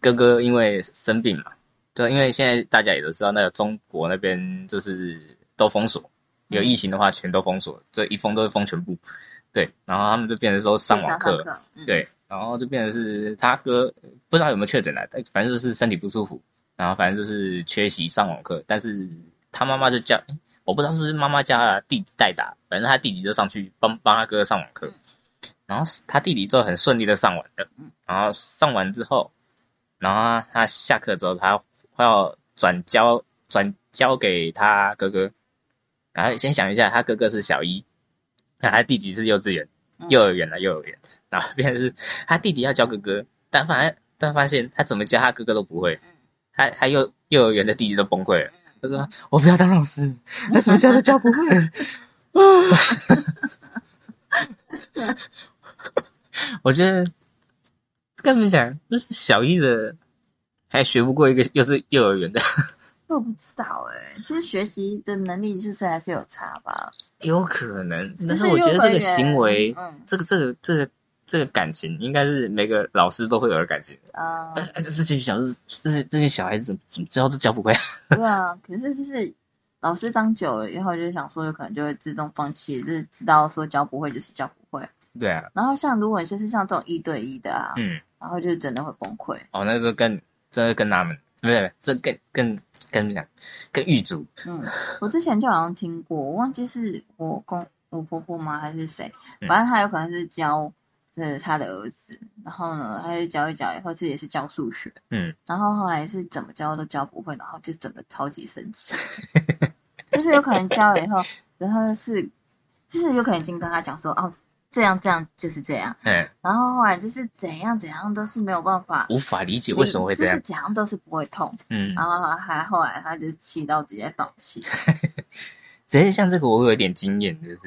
哥哥因为生病嘛，就因为现在大家也都知道，那个中国那边就是都封锁，有疫情的话全都封锁，这一封都是封全部。对，然后他们就变成说上网课，
课，嗯，
对，然后就变成是他哥不知道有没有确诊啊，但反正就是身体不舒服，然后反正就是缺席上网课，但是他妈妈就叫，诶我不知道是不是妈妈叫他弟弟代打，反正他弟弟就上去帮帮他哥上网课，然后他弟弟就很顺利的上完了
嗯，
然后上完之后，然后他他下课之后他要转交转交给他哥哥，然后先想一下，他哥哥是小一，那他弟弟是幼稚园。
嗯
幼儿园啊的幼儿园，然后变成是他弟弟要教哥哥，但反正但发现他怎么教他哥哥都不会
嗯，
他他幼幼儿园的弟弟都崩溃了，
嗯
他说我不要当老师，那什么叫做教不会？ 我觉得根本讲就是小一的还学不过一个又是幼儿园的，
我不知道哎、欸，就是学习的能力就是还是有差吧。
有可能， 但
就是
我觉得
嗯幼儿
这个
园
行为，
嗯
这个这个这个这个感情，应该是每个老师都会有的感情。
啊、
哎哎，这这群小子，这些这群小孩子怎么怎么教都教不会？
对啊，可是就是老师当久了以后，就是想说有可能就会自动放弃，就是知道说教不会就是教不会，
对啊，
然后像如果你就是像这种一对一的啊，
嗯，
然后就是真的会崩溃。
哦，那时候更真的更纳闷，不是，不是这更更更讲更狱卒，
嗯， 我之前就好像听过，我忘记是我公我婆婆吗还是谁，
嗯
反正她有可能是教这他的儿子，然后呢，他就教一教以后，自己也是教数学，
嗯，
然后后来是怎么教都教不会，然后就整个超级生 气，就是有可能教了以后，然后是就是有可能已经跟他讲说哦。这样这样就是这样，
嗯，
然后后来就是怎样怎样都是没有办法，
无法理解为什么会这
就
样
是，怎样都是不会痛，
嗯，
然后还后来他就气到直接放弃，
只是像这个，我有一点经验，就是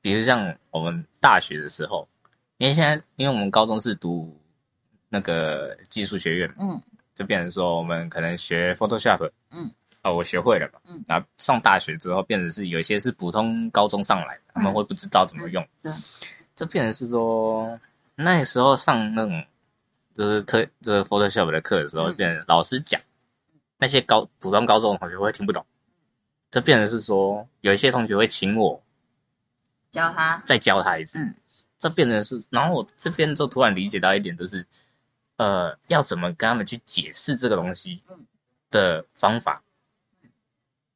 比如像我们大学的时候，因为现在因为我们高中是读那个技术学院，
嗯，
就变成说我们可能学 Photoshop，
嗯，
哦，我学会了嘛，
嗯，
然后上大学之后，变成是有一些是普通高中上来的，他们会不知道怎么用，
嗯对
这变成是说那时候上那种就是特就是 Photoshop 的课的时候，
嗯
变成老师讲，那些高普通高中的同学会听不懂。这变成是说，有一些同学会请我
教他
再教他一次。
嗯
这变成是，然后我这边就突然理解到一点，就是，呃，要怎么跟他们去解释这个东西
嗯
的方法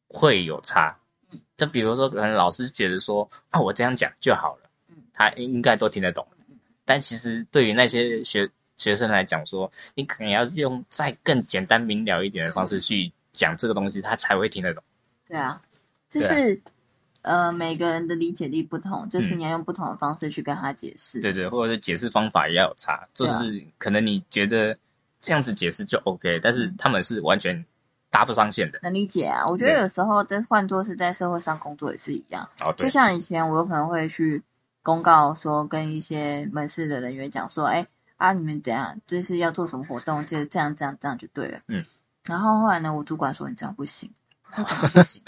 会有差
嗯。
就比如说，可能老师觉得说，啊，我这样讲就好了
嗯，
他应该都听得懂。但其实对于那些学学生来讲说，你可能要用再更简单明了一点的方
嗯
式去讲这个东西，他才会听得懂。
对啊，就
对啊
是、呃，每个人的理解力不同，就是
嗯
你要用不同的方式去跟他解释。
对对，或者是解释方法也要有差，就
对啊
是可能你觉得这样子解释就 OK，但是
嗯
他们是完全搭不上线的。
能理解啊，我觉得
对
有时候在换作是在社会上工作也是一样，
哦，
就
对，
像以前我有可能会去公告说跟一些门市的人员讲说，哎啊你们怎样，就是要做什么活动，就是这样这样这样就对了。
嗯。
然后后来呢，我主管说你这样不行，他讲不行，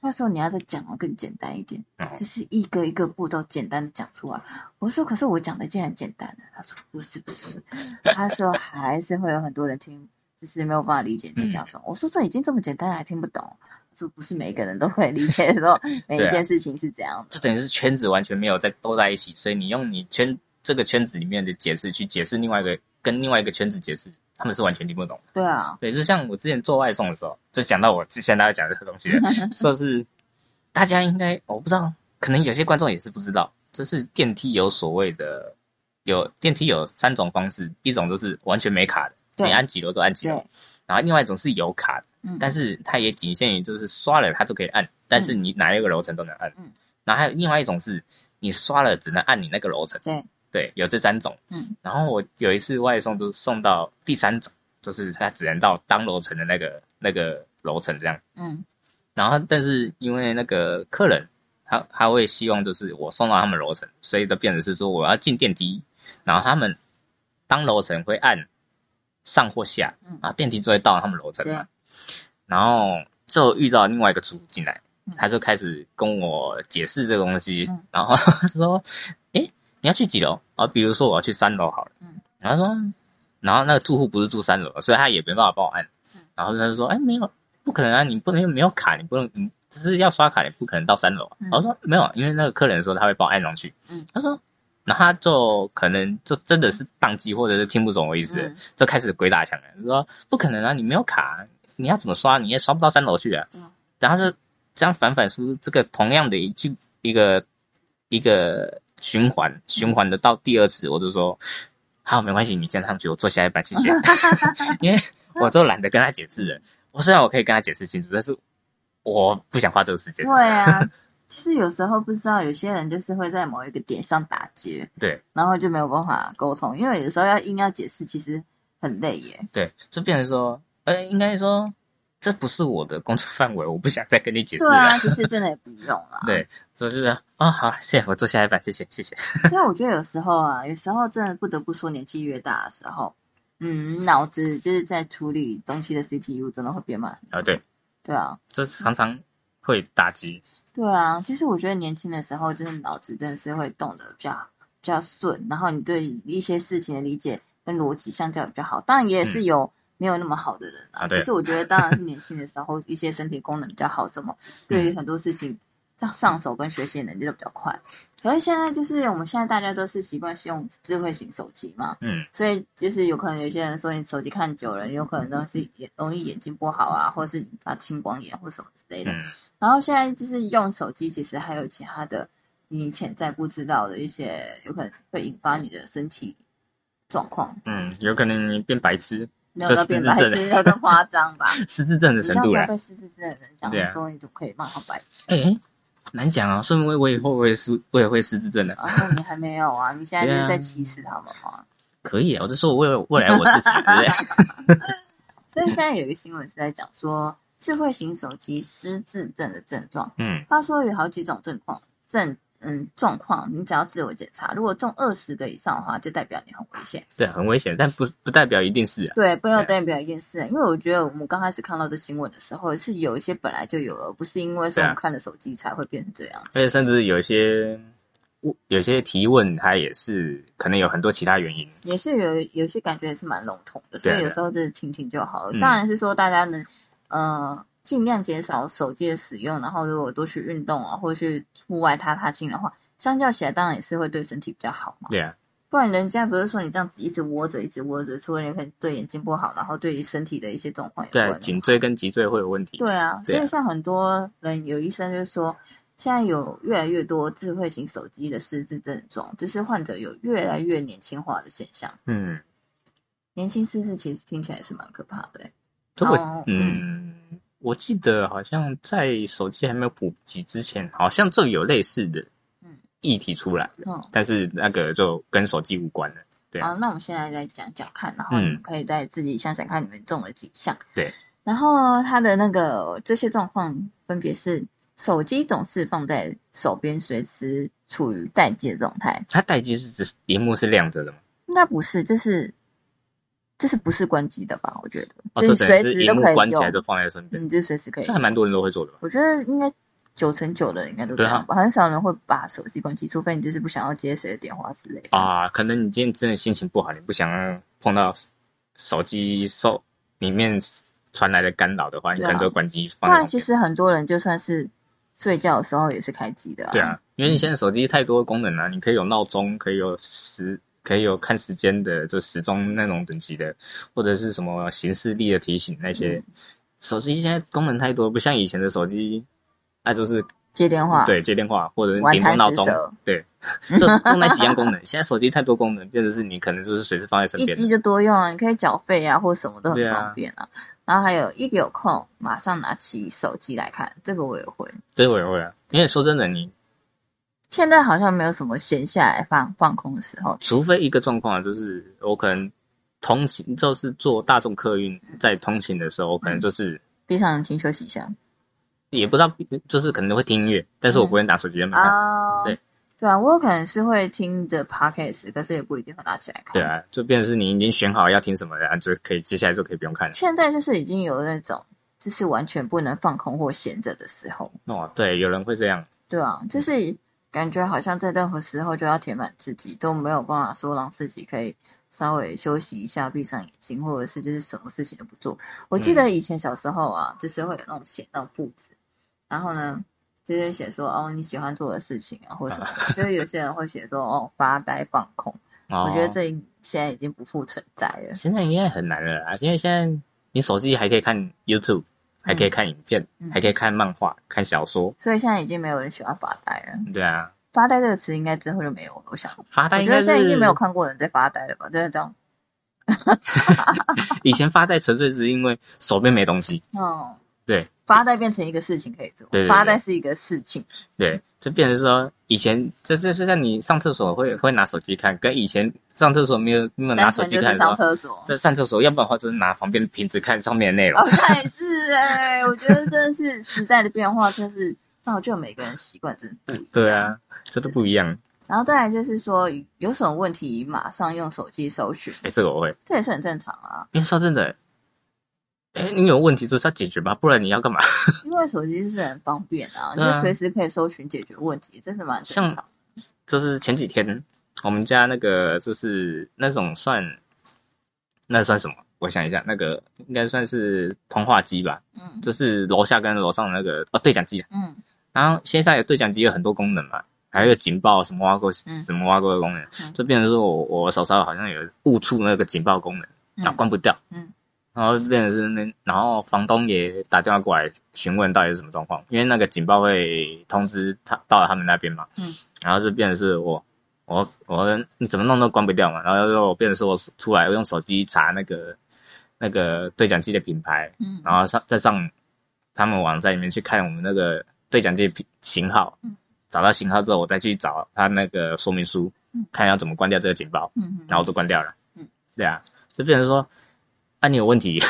他说你要再讲得更简单一点，
哦
就是一个一个步骤简单的讲出来。我说可是我讲的竟然简单了，他说不是不是不是，他说还是会有很多人听，就是没有办法理解你在
嗯
讲什么。我说这已经这么简单了还听不懂，他说不是每一个人都可以理解 说每
啊
一件事情是怎样的。
这等于是圈子完全没有在都在一起，所以你用你圈这个圈子里面的解释去解释另外一个跟另外一个圈子解释，他们是完全听不懂的。
对啊，
对，就像我之前做外送的时候，就讲到我之前大家讲的这个东西 了，就是大家应该我不知道，可能有些观众也是不知道，就是电梯有所谓的有电梯有三种方式，一种就是完全没卡的，
对
你按几楼就按几楼
对，，
然后另外一种是有卡的，
嗯，
但是它也仅限于就是刷了它就可以按，但是你哪一个楼层都能按，
嗯，
然后还有另外一种是你刷了只能按你那个楼层，
对
对，有这三种。
嗯
然后我有一次外送就送到第三种，就是他只能到当楼层的那个那个楼层这样。
嗯
然后但是因为那个客人他他会希望就是我送到他们楼层，所以就变成是说我要进电梯，然后他们当楼层会按上或下，
嗯
啊，电梯就会到他们楼层
对
嘛。然后就遇到另外一个主顾进来
嗯，
他就开始跟我解释这个东西，
嗯
然后 他说：“诶，你要去几楼？”啊，比如说我要去三楼好了，
嗯
然后他说，然后那个住户不是住三楼，所以他也没办法帮我按
嗯，
然后他就说：“哎，没有，不可能啊，你不能没有卡，你不能，你就是要刷卡，你不可能到三楼啊。
嗯
我说：“没有，因为那个客人说他会帮我按上去。”
嗯
他说。然后他就可能就真的是宕机，或者是听不懂我意思了，
嗯
就开始鬼打墙了，说不可能啊，你没有卡，你要怎么刷？你也刷不到三楼去啊。
嗯
然后就这样反反复复，这个同样的一句一个一个循环循环的到第二次，我就说好，没关系，你先上去，我坐下一班，谢 谢。因为我就懒得跟他解释了。我虽然我可以跟他解释清楚，但是我不想花这个时间。
对啊。其实有时候不知道，有些人就是会在某一个点上打结，
对
然后就没有办法沟通，因为有时候要硬要解释，其实很累耶。
对，就变成说，呃，应该说这不是我的工作范围，我不想再跟你解释
对
了。
啊，其实真的也不用啦。
对，所以就是啊、好，谢谢，我坐下一班，谢谢，谢谢。
所以我觉得有时候啊，有时候真的不得不说，年纪越大的时候，嗯，脑子就是在处理东西的 CPU 真的会变慢。
啊，对，
对啊，
就常常会打击，
对啊。其实我觉得年轻的时候，真的脑子真的是会动得比较比较顺，然后你对一些事情的理解跟逻辑相较比较好。当然也是有。没有那么好的人啊，
啊对
可是我觉得当然是年轻的时候，一些身体功能比较好，什么对于很多事情上上手跟学习能力都比较快。可是现在就是我们现在大家都是习惯是用智慧型手机嘛，
嗯，
所以就是有可能有些人说你手机看久了，你有可能东西也容易眼睛不好啊，或者是引发青光眼或什么之类的。
嗯
然后现在就是用手机，其实还有其他的你潜在不知道的一些，有可能会引发你的身体状况，
嗯，有可能你变白痴，
没有到变白
这
痴，有点夸张吧？
失智症的
你
程
像
度
时
啦
候。被失智症的人讲
对啊
说，你怎么可以骂他白痴？
哎、欸难讲啊，说不定我以后我也失我也会失智症的、
然后你还没有啊，你现在就是
对
在
啊
歧视他们嘛。
可以啊，我就说我未来未来我自己，对不对？
所以现在有一个新闻是在讲说，智慧型手机失智症的症状。
嗯
他说有好几种症况症，嗯，状况，你只要自我检查，如果中二十个以上的话，就代表你很危险。
对，很危险，但不不代表一定是啊。
对，不要
对
代表一件事，因为我觉得我们刚开始看到这新闻的时候，是有一些本来就有了，不是因为说
对啊
我们看了手机才会变成这样
而且甚至有一些有些提问，它也是可能有很多其他原因。
也是有有些感觉也是蛮笼统的，所
对啊
以有
对啊
时候就是听听就好了。
嗯
当然是说大家能，呃，尽量减少手机的使用，然后如果多去运动啊，或去户外踏踏青的话，相较起来当然也是会对身体比较好嘛。
对啊，
不然人家不是说你这样子一直窝着，一直窝着，除了你可能对眼睛不好，然后对于身体的一些状况也
对
会
啊，
嘛
颈椎跟脊椎会有问题。
对啊，所
对啊
以像很多人有医生就说，现在有越来越多智慧型手机的失智症状，就是患者有越来越年轻化的现象。
嗯，
年轻失智其实听起来是蛮可怕的欸、
这我
哦
嗯，我记得好像在手机还没有普及之前，好像就有类似的
嗯
议题出来，
嗯，
但是那个就跟手机无关了。对啊
好，那我们现在再讲讲看，然后你们
嗯
可以再自己想想看你们中了几项。
对，
然后它的那个这些状况分别是：手机总是放在手边，随时处于待机的状态。
它待机是指屏幕是亮着的吗？
应该不是，就是就是不是关机的吧？我觉得，
哦，
就
这
是随
等于是
时
荧
都
幕
可以
关起来
用
就，放在身边，
嗯，就随时可以
这还蛮多人都会做的吧？
我觉得应该九成九的人应该都这
对啊
样吧，很少人会把手机关机，除非你就是不想要接谁的电话之类的。
啊，可能你今天真的心情不好，你不想要碰到手机受里面传来的干扰的话，你
对啊
可能就关机
不
放在
然
旁
其
边。
实很多人就算是睡觉的时候也是开机的、
对啊，，因为你现在手机太多功能了、你可以有闹钟，可以有时，可以有看时间的，就时钟那种等级的，或者是什么行事历的提醒那些。手机现在功能太多，不像以前的手机，那、就是
接电话，
对接电话或者是
玩
顶多
贪
闹
食
钟
蛇，
对，就就那几样功能。现在手机太多功能，变成是你可能就是随时放在身
一
边。
机就多用啊，你可以缴费啊，或什么都
对
很
啊
方便啊。然后还有一有空马上拿起手机来看，这个我也会。
对，我也会啊。因为说真的，你
现在好像没有什么闲下来放放空的时候，
除非一个状况啊，就是我可能通勤，就是坐大众客运在通勤的时候，我可能就是
闭上眼睛休息一下
也不知道，就是可能会听音乐，但是我不会拿手机在那边看。
嗯啊。
对
对啊，我有可能是会听着 podcast，可是也不一定会拿起来看。
对啊，就变成是你已经选好要听什么了，啊就可以接下来就可以不用看了。
现在就是已经有那种就是完全不能放空或闲着的时候，
哦，对，有人会这样，
对啊，
嗯
就是感觉好像在任何时候就要填满自己，都没有办法说让自己可以稍微休息一下，闭上眼睛，或者是就是什么事情都不做。我记
嗯
得以前小时候啊，就是会有那种写那种簿子，然后呢。就是写说哦你喜欢做的事情啊，或 什么的，就是有些人会写说哦发呆放空，
哦、
我觉得这现在已经不复存在了。
现在应该很难了啊，因为现在你手机还可以看 YouTube，还可以看影片，
嗯
还可以看漫画、看小说。
所以现在已经没有人喜欢发呆了。
对啊，
发呆这个词应该之后就没有了，我想。
发
我
呆应
觉
该
得
是
现在已经没有看过人在发呆了吧？真的这样。
以前发呆纯粹是因为手边没东西。
哦，
对，
发呆变成一个事情可以做，
对对对
发呆是一个事情。
对，就变成说，以前就就就像你上厕所会会拿手机看，跟以前上厕所没有没有拿
单
手
纯
机
就
看
是
的时
上
候，
厕所。
在上厕所，要不然的话就是拿旁边的瓶子看上面的内容
哦。，那也是哎、我觉得真的是时代的变化，真是造就每个人习惯真的不一样。
对。啊，这都不一样。
然后再来就是说，有什么问题马上用手机搜寻，
哎、这个我会，
这也是很正常啊。
因为说真的，哎、你有问题就是要解决吧，不然你要干嘛？
因为手机是很方便啊，你
对啊
就随时可以搜寻解决问题，这是蛮正常的。
就是前几天我们家那个就是那种算，那算什么？我想一下，那个应该算是通话机吧，
嗯
就是楼下跟楼上的那个哦对讲机啊，
嗯
然后线上有对讲机有很多功能嘛，还有警报什么挖沟
嗯
什么挖沟的功能，
嗯
就变成说我我手上好像有误触那个警报功能，然后关不掉，
嗯
然后变成是那，然后房东也打电话过来询问到底是什么状况，因为那个警报会通知他到了他们那边嘛，
嗯，
然后就变成是我我我你怎么弄都关不掉嘛，然后就变成是我出来我用手机查那个那个对讲机的品牌，
嗯
然后上再上他们网站里面去看我们那个对讲机的品型号
嗯，
找到型号之后，我再去找他那个说明书
嗯，
看要怎么关掉这个警报，
嗯嗯
然后我就关掉了。
嗯，
对啊，就变成说，啊，你有问题，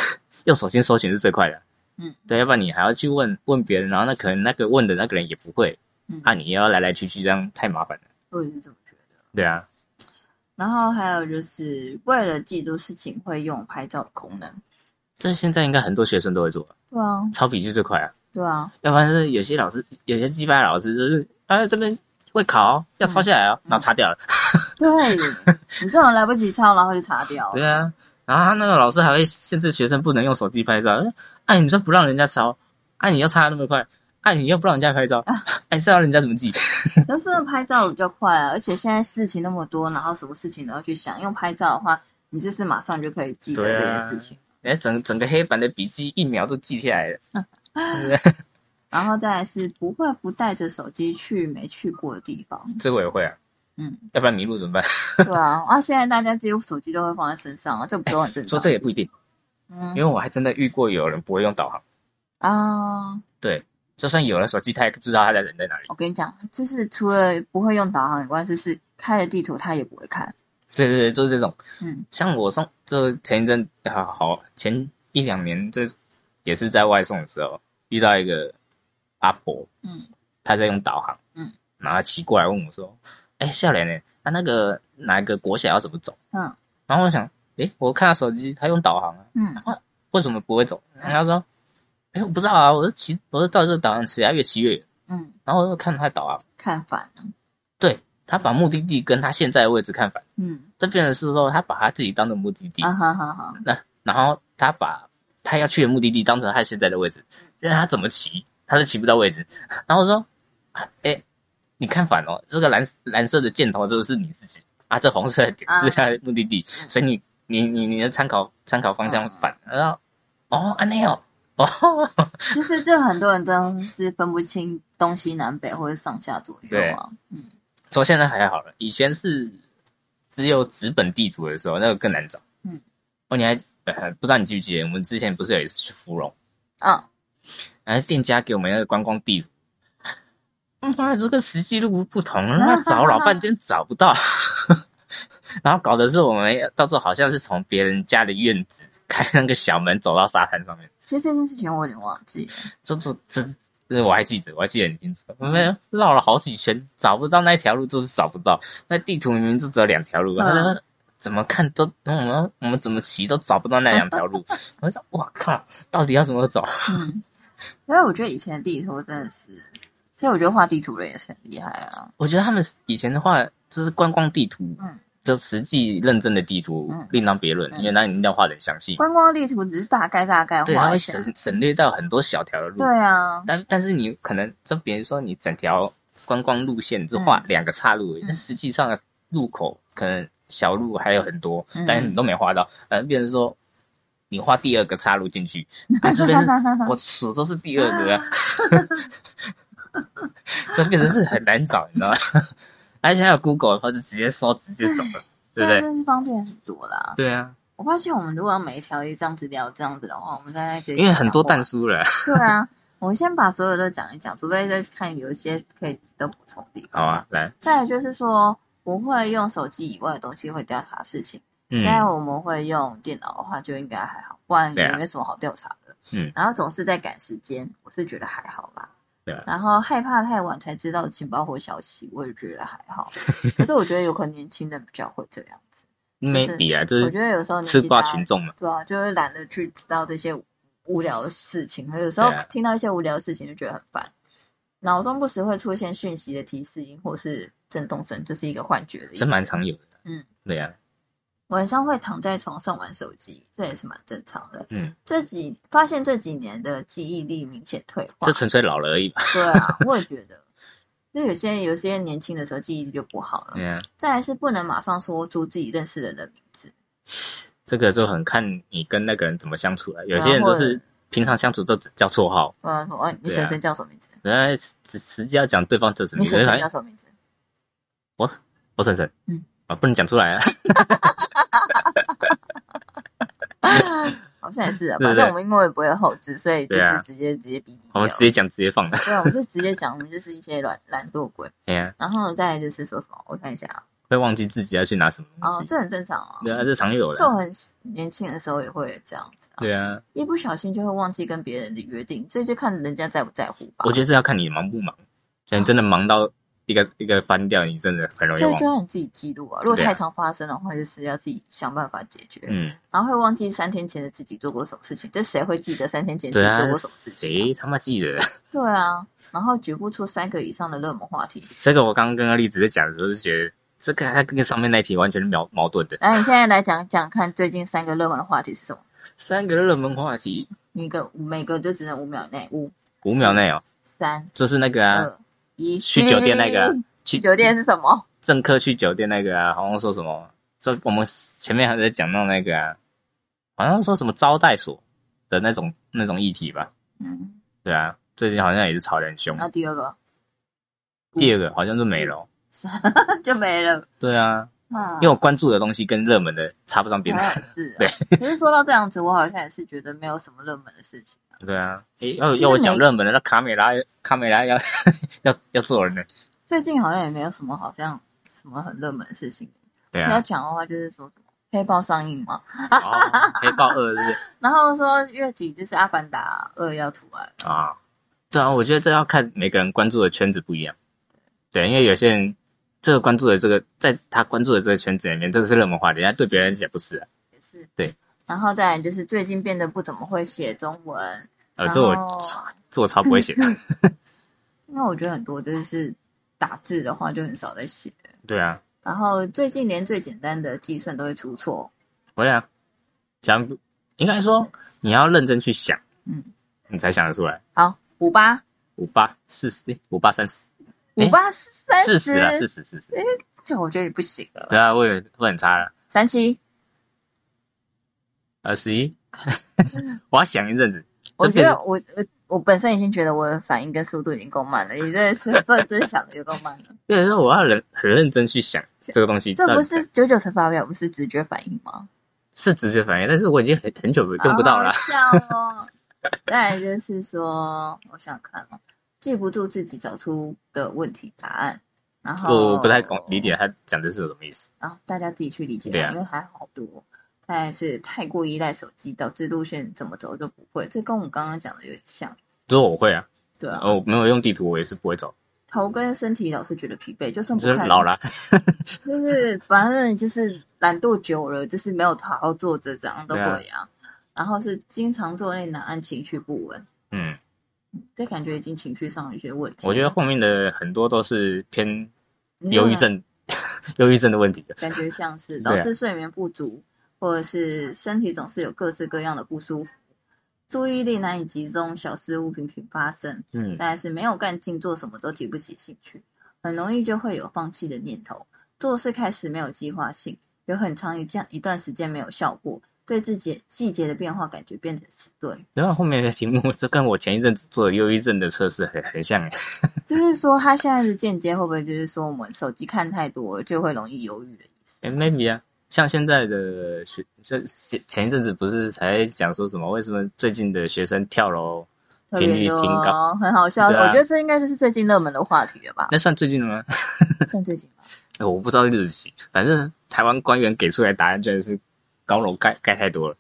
用手机搜寻是最快的。
嗯，
对，要不然你还要去问问别人，然后那可能那个问的那个人也不会，
嗯，
啊，你又要来来去去，这样太麻烦了。
我也是这么觉得。
对啊，
然后还有就是为了记录事情会用拍照的功能。
这现在应该很多学生都会做，
对啊，
抄笔记最快啊。
对啊，
要不然就是有些老师，有些鸡巴老师就是，啊，这边会考哦，要抄下来哦，
嗯
然后擦掉了。
对，你这种来不及抄，然后就擦掉
对
了。
啊，然后他那个老师还会限制学生不能用手机拍照，哎、你说不让人家抄，哎、你要擦那么快，哎、你又不让人家拍照，哎、
啊
是要人家怎么记？
但是拍照比较快啊，而且现在事情那么多，然后什么事情都要去想。用拍照的话，你就是马上就可以记得
对
这
啊
些事情。
哎、整整个黑板的笔记一秒就记下来了。啊
然后再来是不会不带着手机去没去过的地 方。
这个我也会啊，
嗯，
要不然迷路怎么办？
对啊，啊，现在大家几乎手机都会放在身上啊，这不都很正常？
说这也不一定，因
嗯
为我还真的遇过有人不会用导航，
啊，
就算有了手机，他也不知道他的人在哪里。
我跟你讲，就是除了不会用导航以外，就是开了地图他也不会看。
对对对，就是这种。
嗯
像我送，这前一阵啊，好前一两年，这也是在外送的时候遇到一个阿婆，
嗯，
她在用导航，
嗯，
然后她骑过来问我说：“哎、笑脸呢？啊，那个哪个国小要怎么走
嗯？”
然后我想，哎、我看她手机，她用导航啊，
嗯
为什么不会走？然后她说：“哎、我不知道啊，我是骑，我是照这个导航骑，她越骑越远。
嗯，”
然后我就看她导航，
看反了。
她把目的地跟她现在的位置看反，
嗯
这变成是说她把她自己当做目的地，
啊哈哈哈，
然后他把他要去的目的地当成他现在的位置，让他怎么骑，他都骑不到位置。然后我说：“哎、啊诶你看反哦，这个蓝蓝色的箭头这个是你自己啊，这红色的点是他的目的地，
嗯
所以你你你你的参考参考方向
嗯
反。然后哦，安内哦，哦，
其实就很多人真的是分不清东西南北或者上下左右啊。嗯，
说现在还好了，以前是只有纸本地图的时候，那个更难找。
嗯，
哦，你还、呃、不知道你记不记得，我们之前不是有一次去芙蓉？
啊，
然哎后店家给我们那个观光地图，妈的，这跟实际路不同，那找老半天找不到， 然后搞的是我们到时候好像是从别人家的院子开那个小门走到沙滩上面，
其实这件事情我有点忘记了。
这这这这我还记得，我还记得很清楚，我们绕了好几圈找不到那条路，就是找不到，那地图明明就只有两条路，
嗯
他说怎么看都我们我们怎么骑都找不到那两条路，我想我靠，到底要怎么走？
嗯，因为我觉得以前的地图真的是，其实我觉得画地图人也是很厉害啊。
我觉得他们以前的话，就是观光地图，
嗯
就实际认真的地图、
嗯
另当别论，
嗯
因为那你一定要画得很详细，
观光地图只是大概大概
对，它
画
会
一下。
省省略到很多小条的路，
对啊，
但但是你可能就比如说你整条观光路线只画两个岔路而已，
嗯
但实际上的路口可能小路还有很多，
嗯
但是你都没画到，呃，变成说你画第二个岔路进去，啊，这边是我数都是第二个、啊， 这变成是很难找，你知道吗？而且还有 Google 的话，就直接搜直接走 了，对
现
不
在
对？
真是方便很多啦。
对啊，
我发现我们如果要每一条一张资料这样子的话，我们大概这
因为很多
蛋。
蛋书了，
对啊，我们先把所有都讲一讲，除非再看有一些可以值得补充的地方。
好啊，来，
再来就是说，不会用手机以外的东西会调查事情。
嗯
现在我们会用电脑的话，就应该还好，不然
对啊
也没什么好调查的。
嗯，
然后总是在赶时间，我是觉得还好啦。
对啊
然后害怕太晚才知道情报或消息，我也觉得还 好。可是我觉得有可能年轻人比较会这样子。
，maybe 啊，就
我
是
觉得有时候年
吃
纪大
瓜，群众嘛，
对啊，就会懒得去知道这些无聊的事情。有时候
对啊
听到一些无聊的事情就觉得很烦，脑中不时会出现讯息的提示音或是震动声，这是一个幻觉的意思。
真蛮常有的。
嗯，
对啊，
晚上会躺在床上玩手机，这也是蛮正常的。
嗯，
这几发现这几年的记忆力明显退化
这，纯粹老了而已吧。
对啊，我也觉得。就有些有些年轻的时候记忆力就不好了，
嗯，
再来是不能马上说出自己认识人的名字，
这个就很看你跟那个人怎么相处了。有些
然
人就
后或
是
者
平常相处都只叫绰号，
我要说，哎，你
对啊
婶婶叫什么名字？
人家实实际要讲对方叫什么
你
名字，
婶
反
婶
正
叫什么名字？
我婶婶，
嗯
啊，不能讲出来 啊。
好像也是啊，
对
反
对
正我们因为不会后置，所以就
对啊
是直接直接比比
我们
掉
直接讲，直接放的。
对啊，我们就直接讲，我们就是一些懒懒惰鬼。
哎呀，
然后再来就是说什么，我看一下啊，
会忘记自己要去拿什么
哦
东，西。
这很正常啊，
对啊，这常有
这我
的。
很年轻的时候也会这样子啊，
对啊，
一不小心就会忘记跟别人的约定，这就看人家在不在乎吧。
我觉得这要看你忙不忙。
哦
你真的忙到一个一个翻掉，你真的很容易
这
忘
就。要你自己记录啊，如果
对啊
太常发生的话，就是要自己想办法解决，
嗯，
然后会忘记三天前的自己做过什么事情，这谁会记得三天前自
对
己
啊
做，过什么事情啊？
谁他妈记得？
对啊，然后举不出三个以上的热门话题。
这个我刚刚跟阿丽直接讲的时候，就觉得这个它跟上面那一题完全是矛矛盾的。
来，你现在来讲讲看，最近三个热门的话题是什么？
三个热门话题，
一个每个就只能五秒内，五、
五秒内哦，
三、
就是那个啊，
二、一。
去酒店那个啊
去
去
酒店是什么？
政客去酒店那个啊，好像说什么，这我们前面还在讲到那个啊，好像说什么招待所的那种那种议题吧？
嗯，
对啊，最近好像也是吵得很凶。
那第二个
第二个好像是美容，
就没了
对啊，
啊
因为。我关注的东西跟热门的插不上边。
好像也是、啊，
对。
可是说到这样子，我好像也是觉得没有什么热门的事情。
对啊，诶要
其实
要我讲
每
热门的，那卡美拉卡美拉要 要要做人呢。
最近好像也没有什么好像什么很热门的事情。
对
要
啊，
讲的话，就是说什么黑豹上映嘛，
哦，黑豹二是不是
然后说月底就是《阿凡达二》要出来了，
啊，对啊，我觉得这要看每个人关注的圈子不一样。对，因为有些人这个关注的这个，在他关注的这个圈子里面，这个是热门话题，但对别人也不是、啊。
也是
对。
然后再来就是最近变得不怎么会写中文，
呃，
然
这我
后
这我超不 会写的。
因为我觉得很多就是打字的话就很少在写，
对啊，
然后最近连最简单的计算都会出错，
我想讲，应该说你要认真去想，
嗯，
你才想得出来。
好，五八
五八四十，诶五八三十，
五八三
四十啊，四
十，
十四十。
这我觉得也不行了，
对啊，我也会很差了。
三七，
二 十一，我要想一阵子。
我
这
觉
变
得我我我本身已经觉得我的反应跟速度已经够慢了，你这是认真想的有够慢 了，
变成说我要认很认真去想这个东西到
这
底怎
不
样，
是九九乘法表，不是直觉反应吗？
是直觉反应，但是我已经很很久没用不到了
好。好笑哦。再来就是说，我想看哦，记不住自己找出的问题答案，然后
我不太懂理解他讲的是什么意思。
然后大家自己去理解吧，
对啊
因为还好多。再来是太过依赖手机，导致路线怎么走就不会，这跟我刚刚讲的有点像。
如果我会啊，
对啊，
哦，没有用地图，我也是不会走，
头跟身体老是觉得疲惫，就算
就
不
是
看，
老了。
就是反正就是懒惰久了，就是没有好好坐着，怎样都
对啊
会啊。然后是经常坐内难安，情绪不稳，
嗯，
这感觉已经情绪上有一些问题。
我觉得后面的很多都是偏
你
忧
那
郁
个
症，忧郁症的问题的。
感觉像是
对啊
老是睡眠不足，或者是身体总是有各式各样的不舒服，注意力难以集中，小事物频频发生，
嗯，
但是没有干劲，做什么都提不起兴趣，很容易就会有放弃的念头，做事开始没有计划性，有很长一这一段时间没有效果，对自己季节的变化感觉变得迟钝。
然后后面的题目，这跟我前一阵子做的忧郁症的测试很很像欸诶。
就是说，他现在的间接会不会就是说，我们手机看太多了就会容易犹豫的意思？
诶 maybe 啊，像现在的学，这前前一阵子不是才讲说什么，为什么最近的学生跳楼？
特
频
别
率
多，
挺高
很好笑。
对啊
我觉得这应该就是最近热门的话题了吧？
那算最近的吗？
算最近吧。
哎，我不知道日期，反正台湾官员给出来的答案居然是高楼盖盖太多了。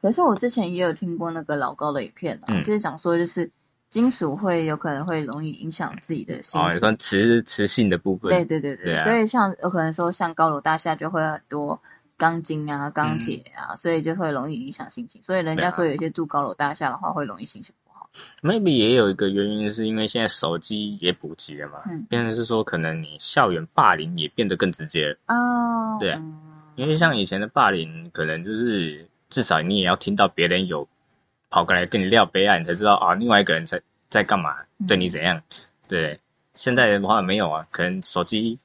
可是我之前也有听过那个老高的影片啊，
嗯
就是讲说，就是金属会有可能会容易影响自己的心
哦，也
情。
算磁磁性的部分。
对对对对，
对啊
所以像有可能说，像高楼大厦就会有很多钢筋啊、钢铁啊，
嗯
所以就会容易影响心情。所以人家
啊
说，有一些住高楼大厦的话，会容易心情不好。
maybe 也有一个原因是因为现在手机也普及了嘛，
嗯
变成是说可能你校园霸凌也变得更直接了。
哦，
对啊
嗯
因为像以前的霸凌，可能就是至少你也要听到别人有跑过来跟你撂杯啊，你才知道啊，另外一个人在在干嘛，
嗯
对你怎样，对。现在的话没有啊，可能手机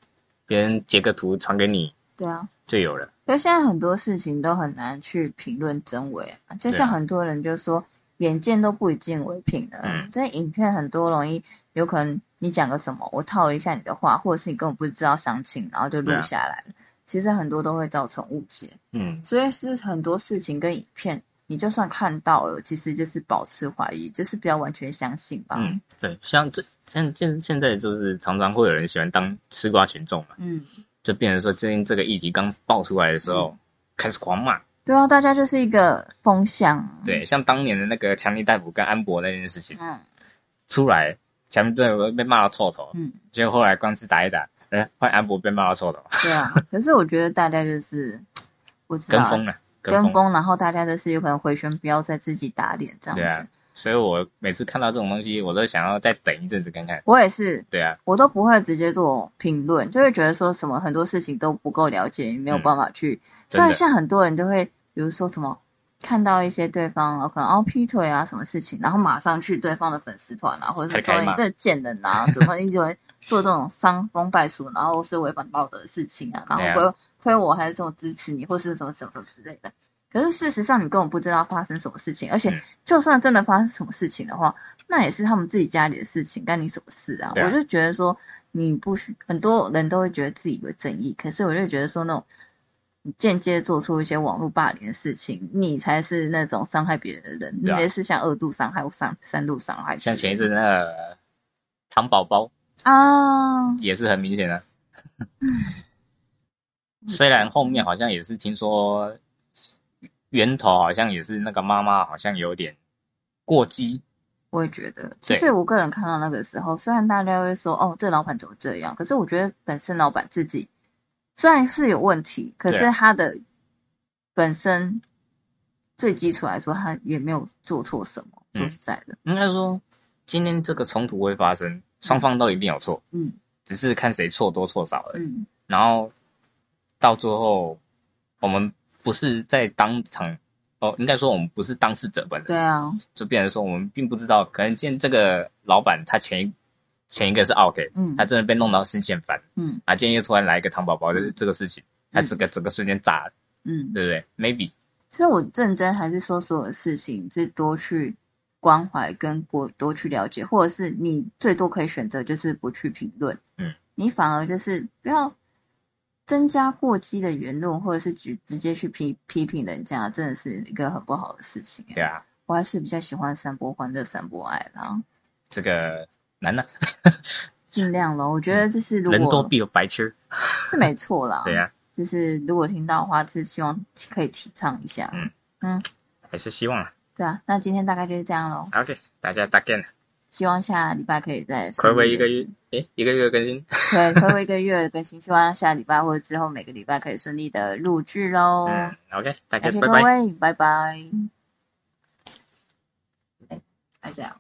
别人截个图传给你
对啊，
就有了。
可是现在很多事情都很难去评论真伪啊，就像
对啊
很多人就说眼见都不以见为凭的，
嗯
这影片很多容易有可能你讲个什么，我套一下你的话，或者是你根本不知道详情，然后就录
对啊
下来了。其实很多都会造成误解，
嗯，
所以是很多事情跟影片，你就算看到了，其实就是保持怀疑，就是不要完全相信吧。
嗯，对，像这现现现在就是常常会有人喜欢当吃瓜群众嘛，
嗯
就变成说最近这个议题刚爆出来的时候，开始狂骂。
对啊，大家就是一个风向。，
对，像当年的那个强尼逮捕跟安博那件事情
嗯
出来，强尼逮捕被骂到臭头，
嗯，
结果后来官司打一打，呃，换安博被骂到臭头，
对 啊。可是我觉得大家就是，我知道
跟
啊
风了，跟
跟
风。
风，然后大家就是有可能回旋，不要再自己打脸这样
对啊
子。
所以我每次看到这种东西，我都想要再等一阵子看看。
我也是，
对啊，
我都不会直接做评论，就会觉得说什么很多事情都不够了解，你没有
嗯
办法去。
真
所以
的
像很多人就会，比如说什么看到一些对方，然后可能哦劈腿啊什么事情，然后马上去对方的粉丝团啊，或者是
开
说
开
你
骂
这贱人啊，怎 么你就会做这种伤风败俗，然后是违反道德的事情啊，然
对啊
后亏亏我还是什么支持你，或是什么什么什么之类的。可是事实上，你根本不知道发生什么事情，而且
嗯
就算真的发生什么事情的话，那也是他们自己家里的事情，干你什么事啊？
对啊
我就觉得说，你不需很多人都会觉得自己为正义，可是我就觉得说，那种你间接做出一些网络霸凌的事情，你才是那种伤害别人的人，
对啊
你也是像二度伤害或三三度伤害之类
像
的，
前一阵那个糖宝宝
啊，
也是很明显的，
嗯
虽然后面好像也是听说源头好像也是那个妈妈好像有点过激，
我也觉得，其
对
实我个人看到那个时候，虽然大家会说哦，这老板怎么这样，可是我觉得本身老板自己虽然是有问题，可
对
是
啊
他的本身最基础来说，他也没有做错什么。
嗯
说实在的，
应该说今天这个冲突会发生，双方都一定有错，
嗯
只是看谁错多错少而已。
嗯，
然后到最后，我们不是在当场，哦，应该说我们不是当事者本人，
对啊，
就变成说我们并不知道，可能见这个老板他前一前一个是 OK，
嗯
他真的被弄到心情烦
嗯
啊，今天又突然来一个糖宝宝的
嗯
这个事情，他整个整个瞬间炸了，
嗯。
对不对？Maybe
其实我认真还是说所有事情，就是多去关怀跟多多去了解，或者是你最多可以选择就是不去评论，
嗯，
你反而就是不要增加过激的言论，或者是直直接去批批评人家，真的是一个很不好的事情。欸
对啊，
我还是比较喜欢散播欢乐、散播爱啦，
这个难呢、
尽量咯。我觉得就是如
嗯人多
果
必有白痴儿，
是没错啦，
对啊，
就是如果听到的话，就是希望可以提倡一下。
嗯还是希望啊
对啊，那今天大概就是这样咯。
，OK，大家大概
嗯
呢
希望下礼拜可以再
回
顺
违
利
一个
更
月
新，
诶，一个月更新，
对，回味一个月的更新，希望下礼拜或者之后每个礼拜可以顺利的录制喽。
嗯，OK，大家
感谢
拜
各
拜。
位，拜啊拜。哎，还是这样。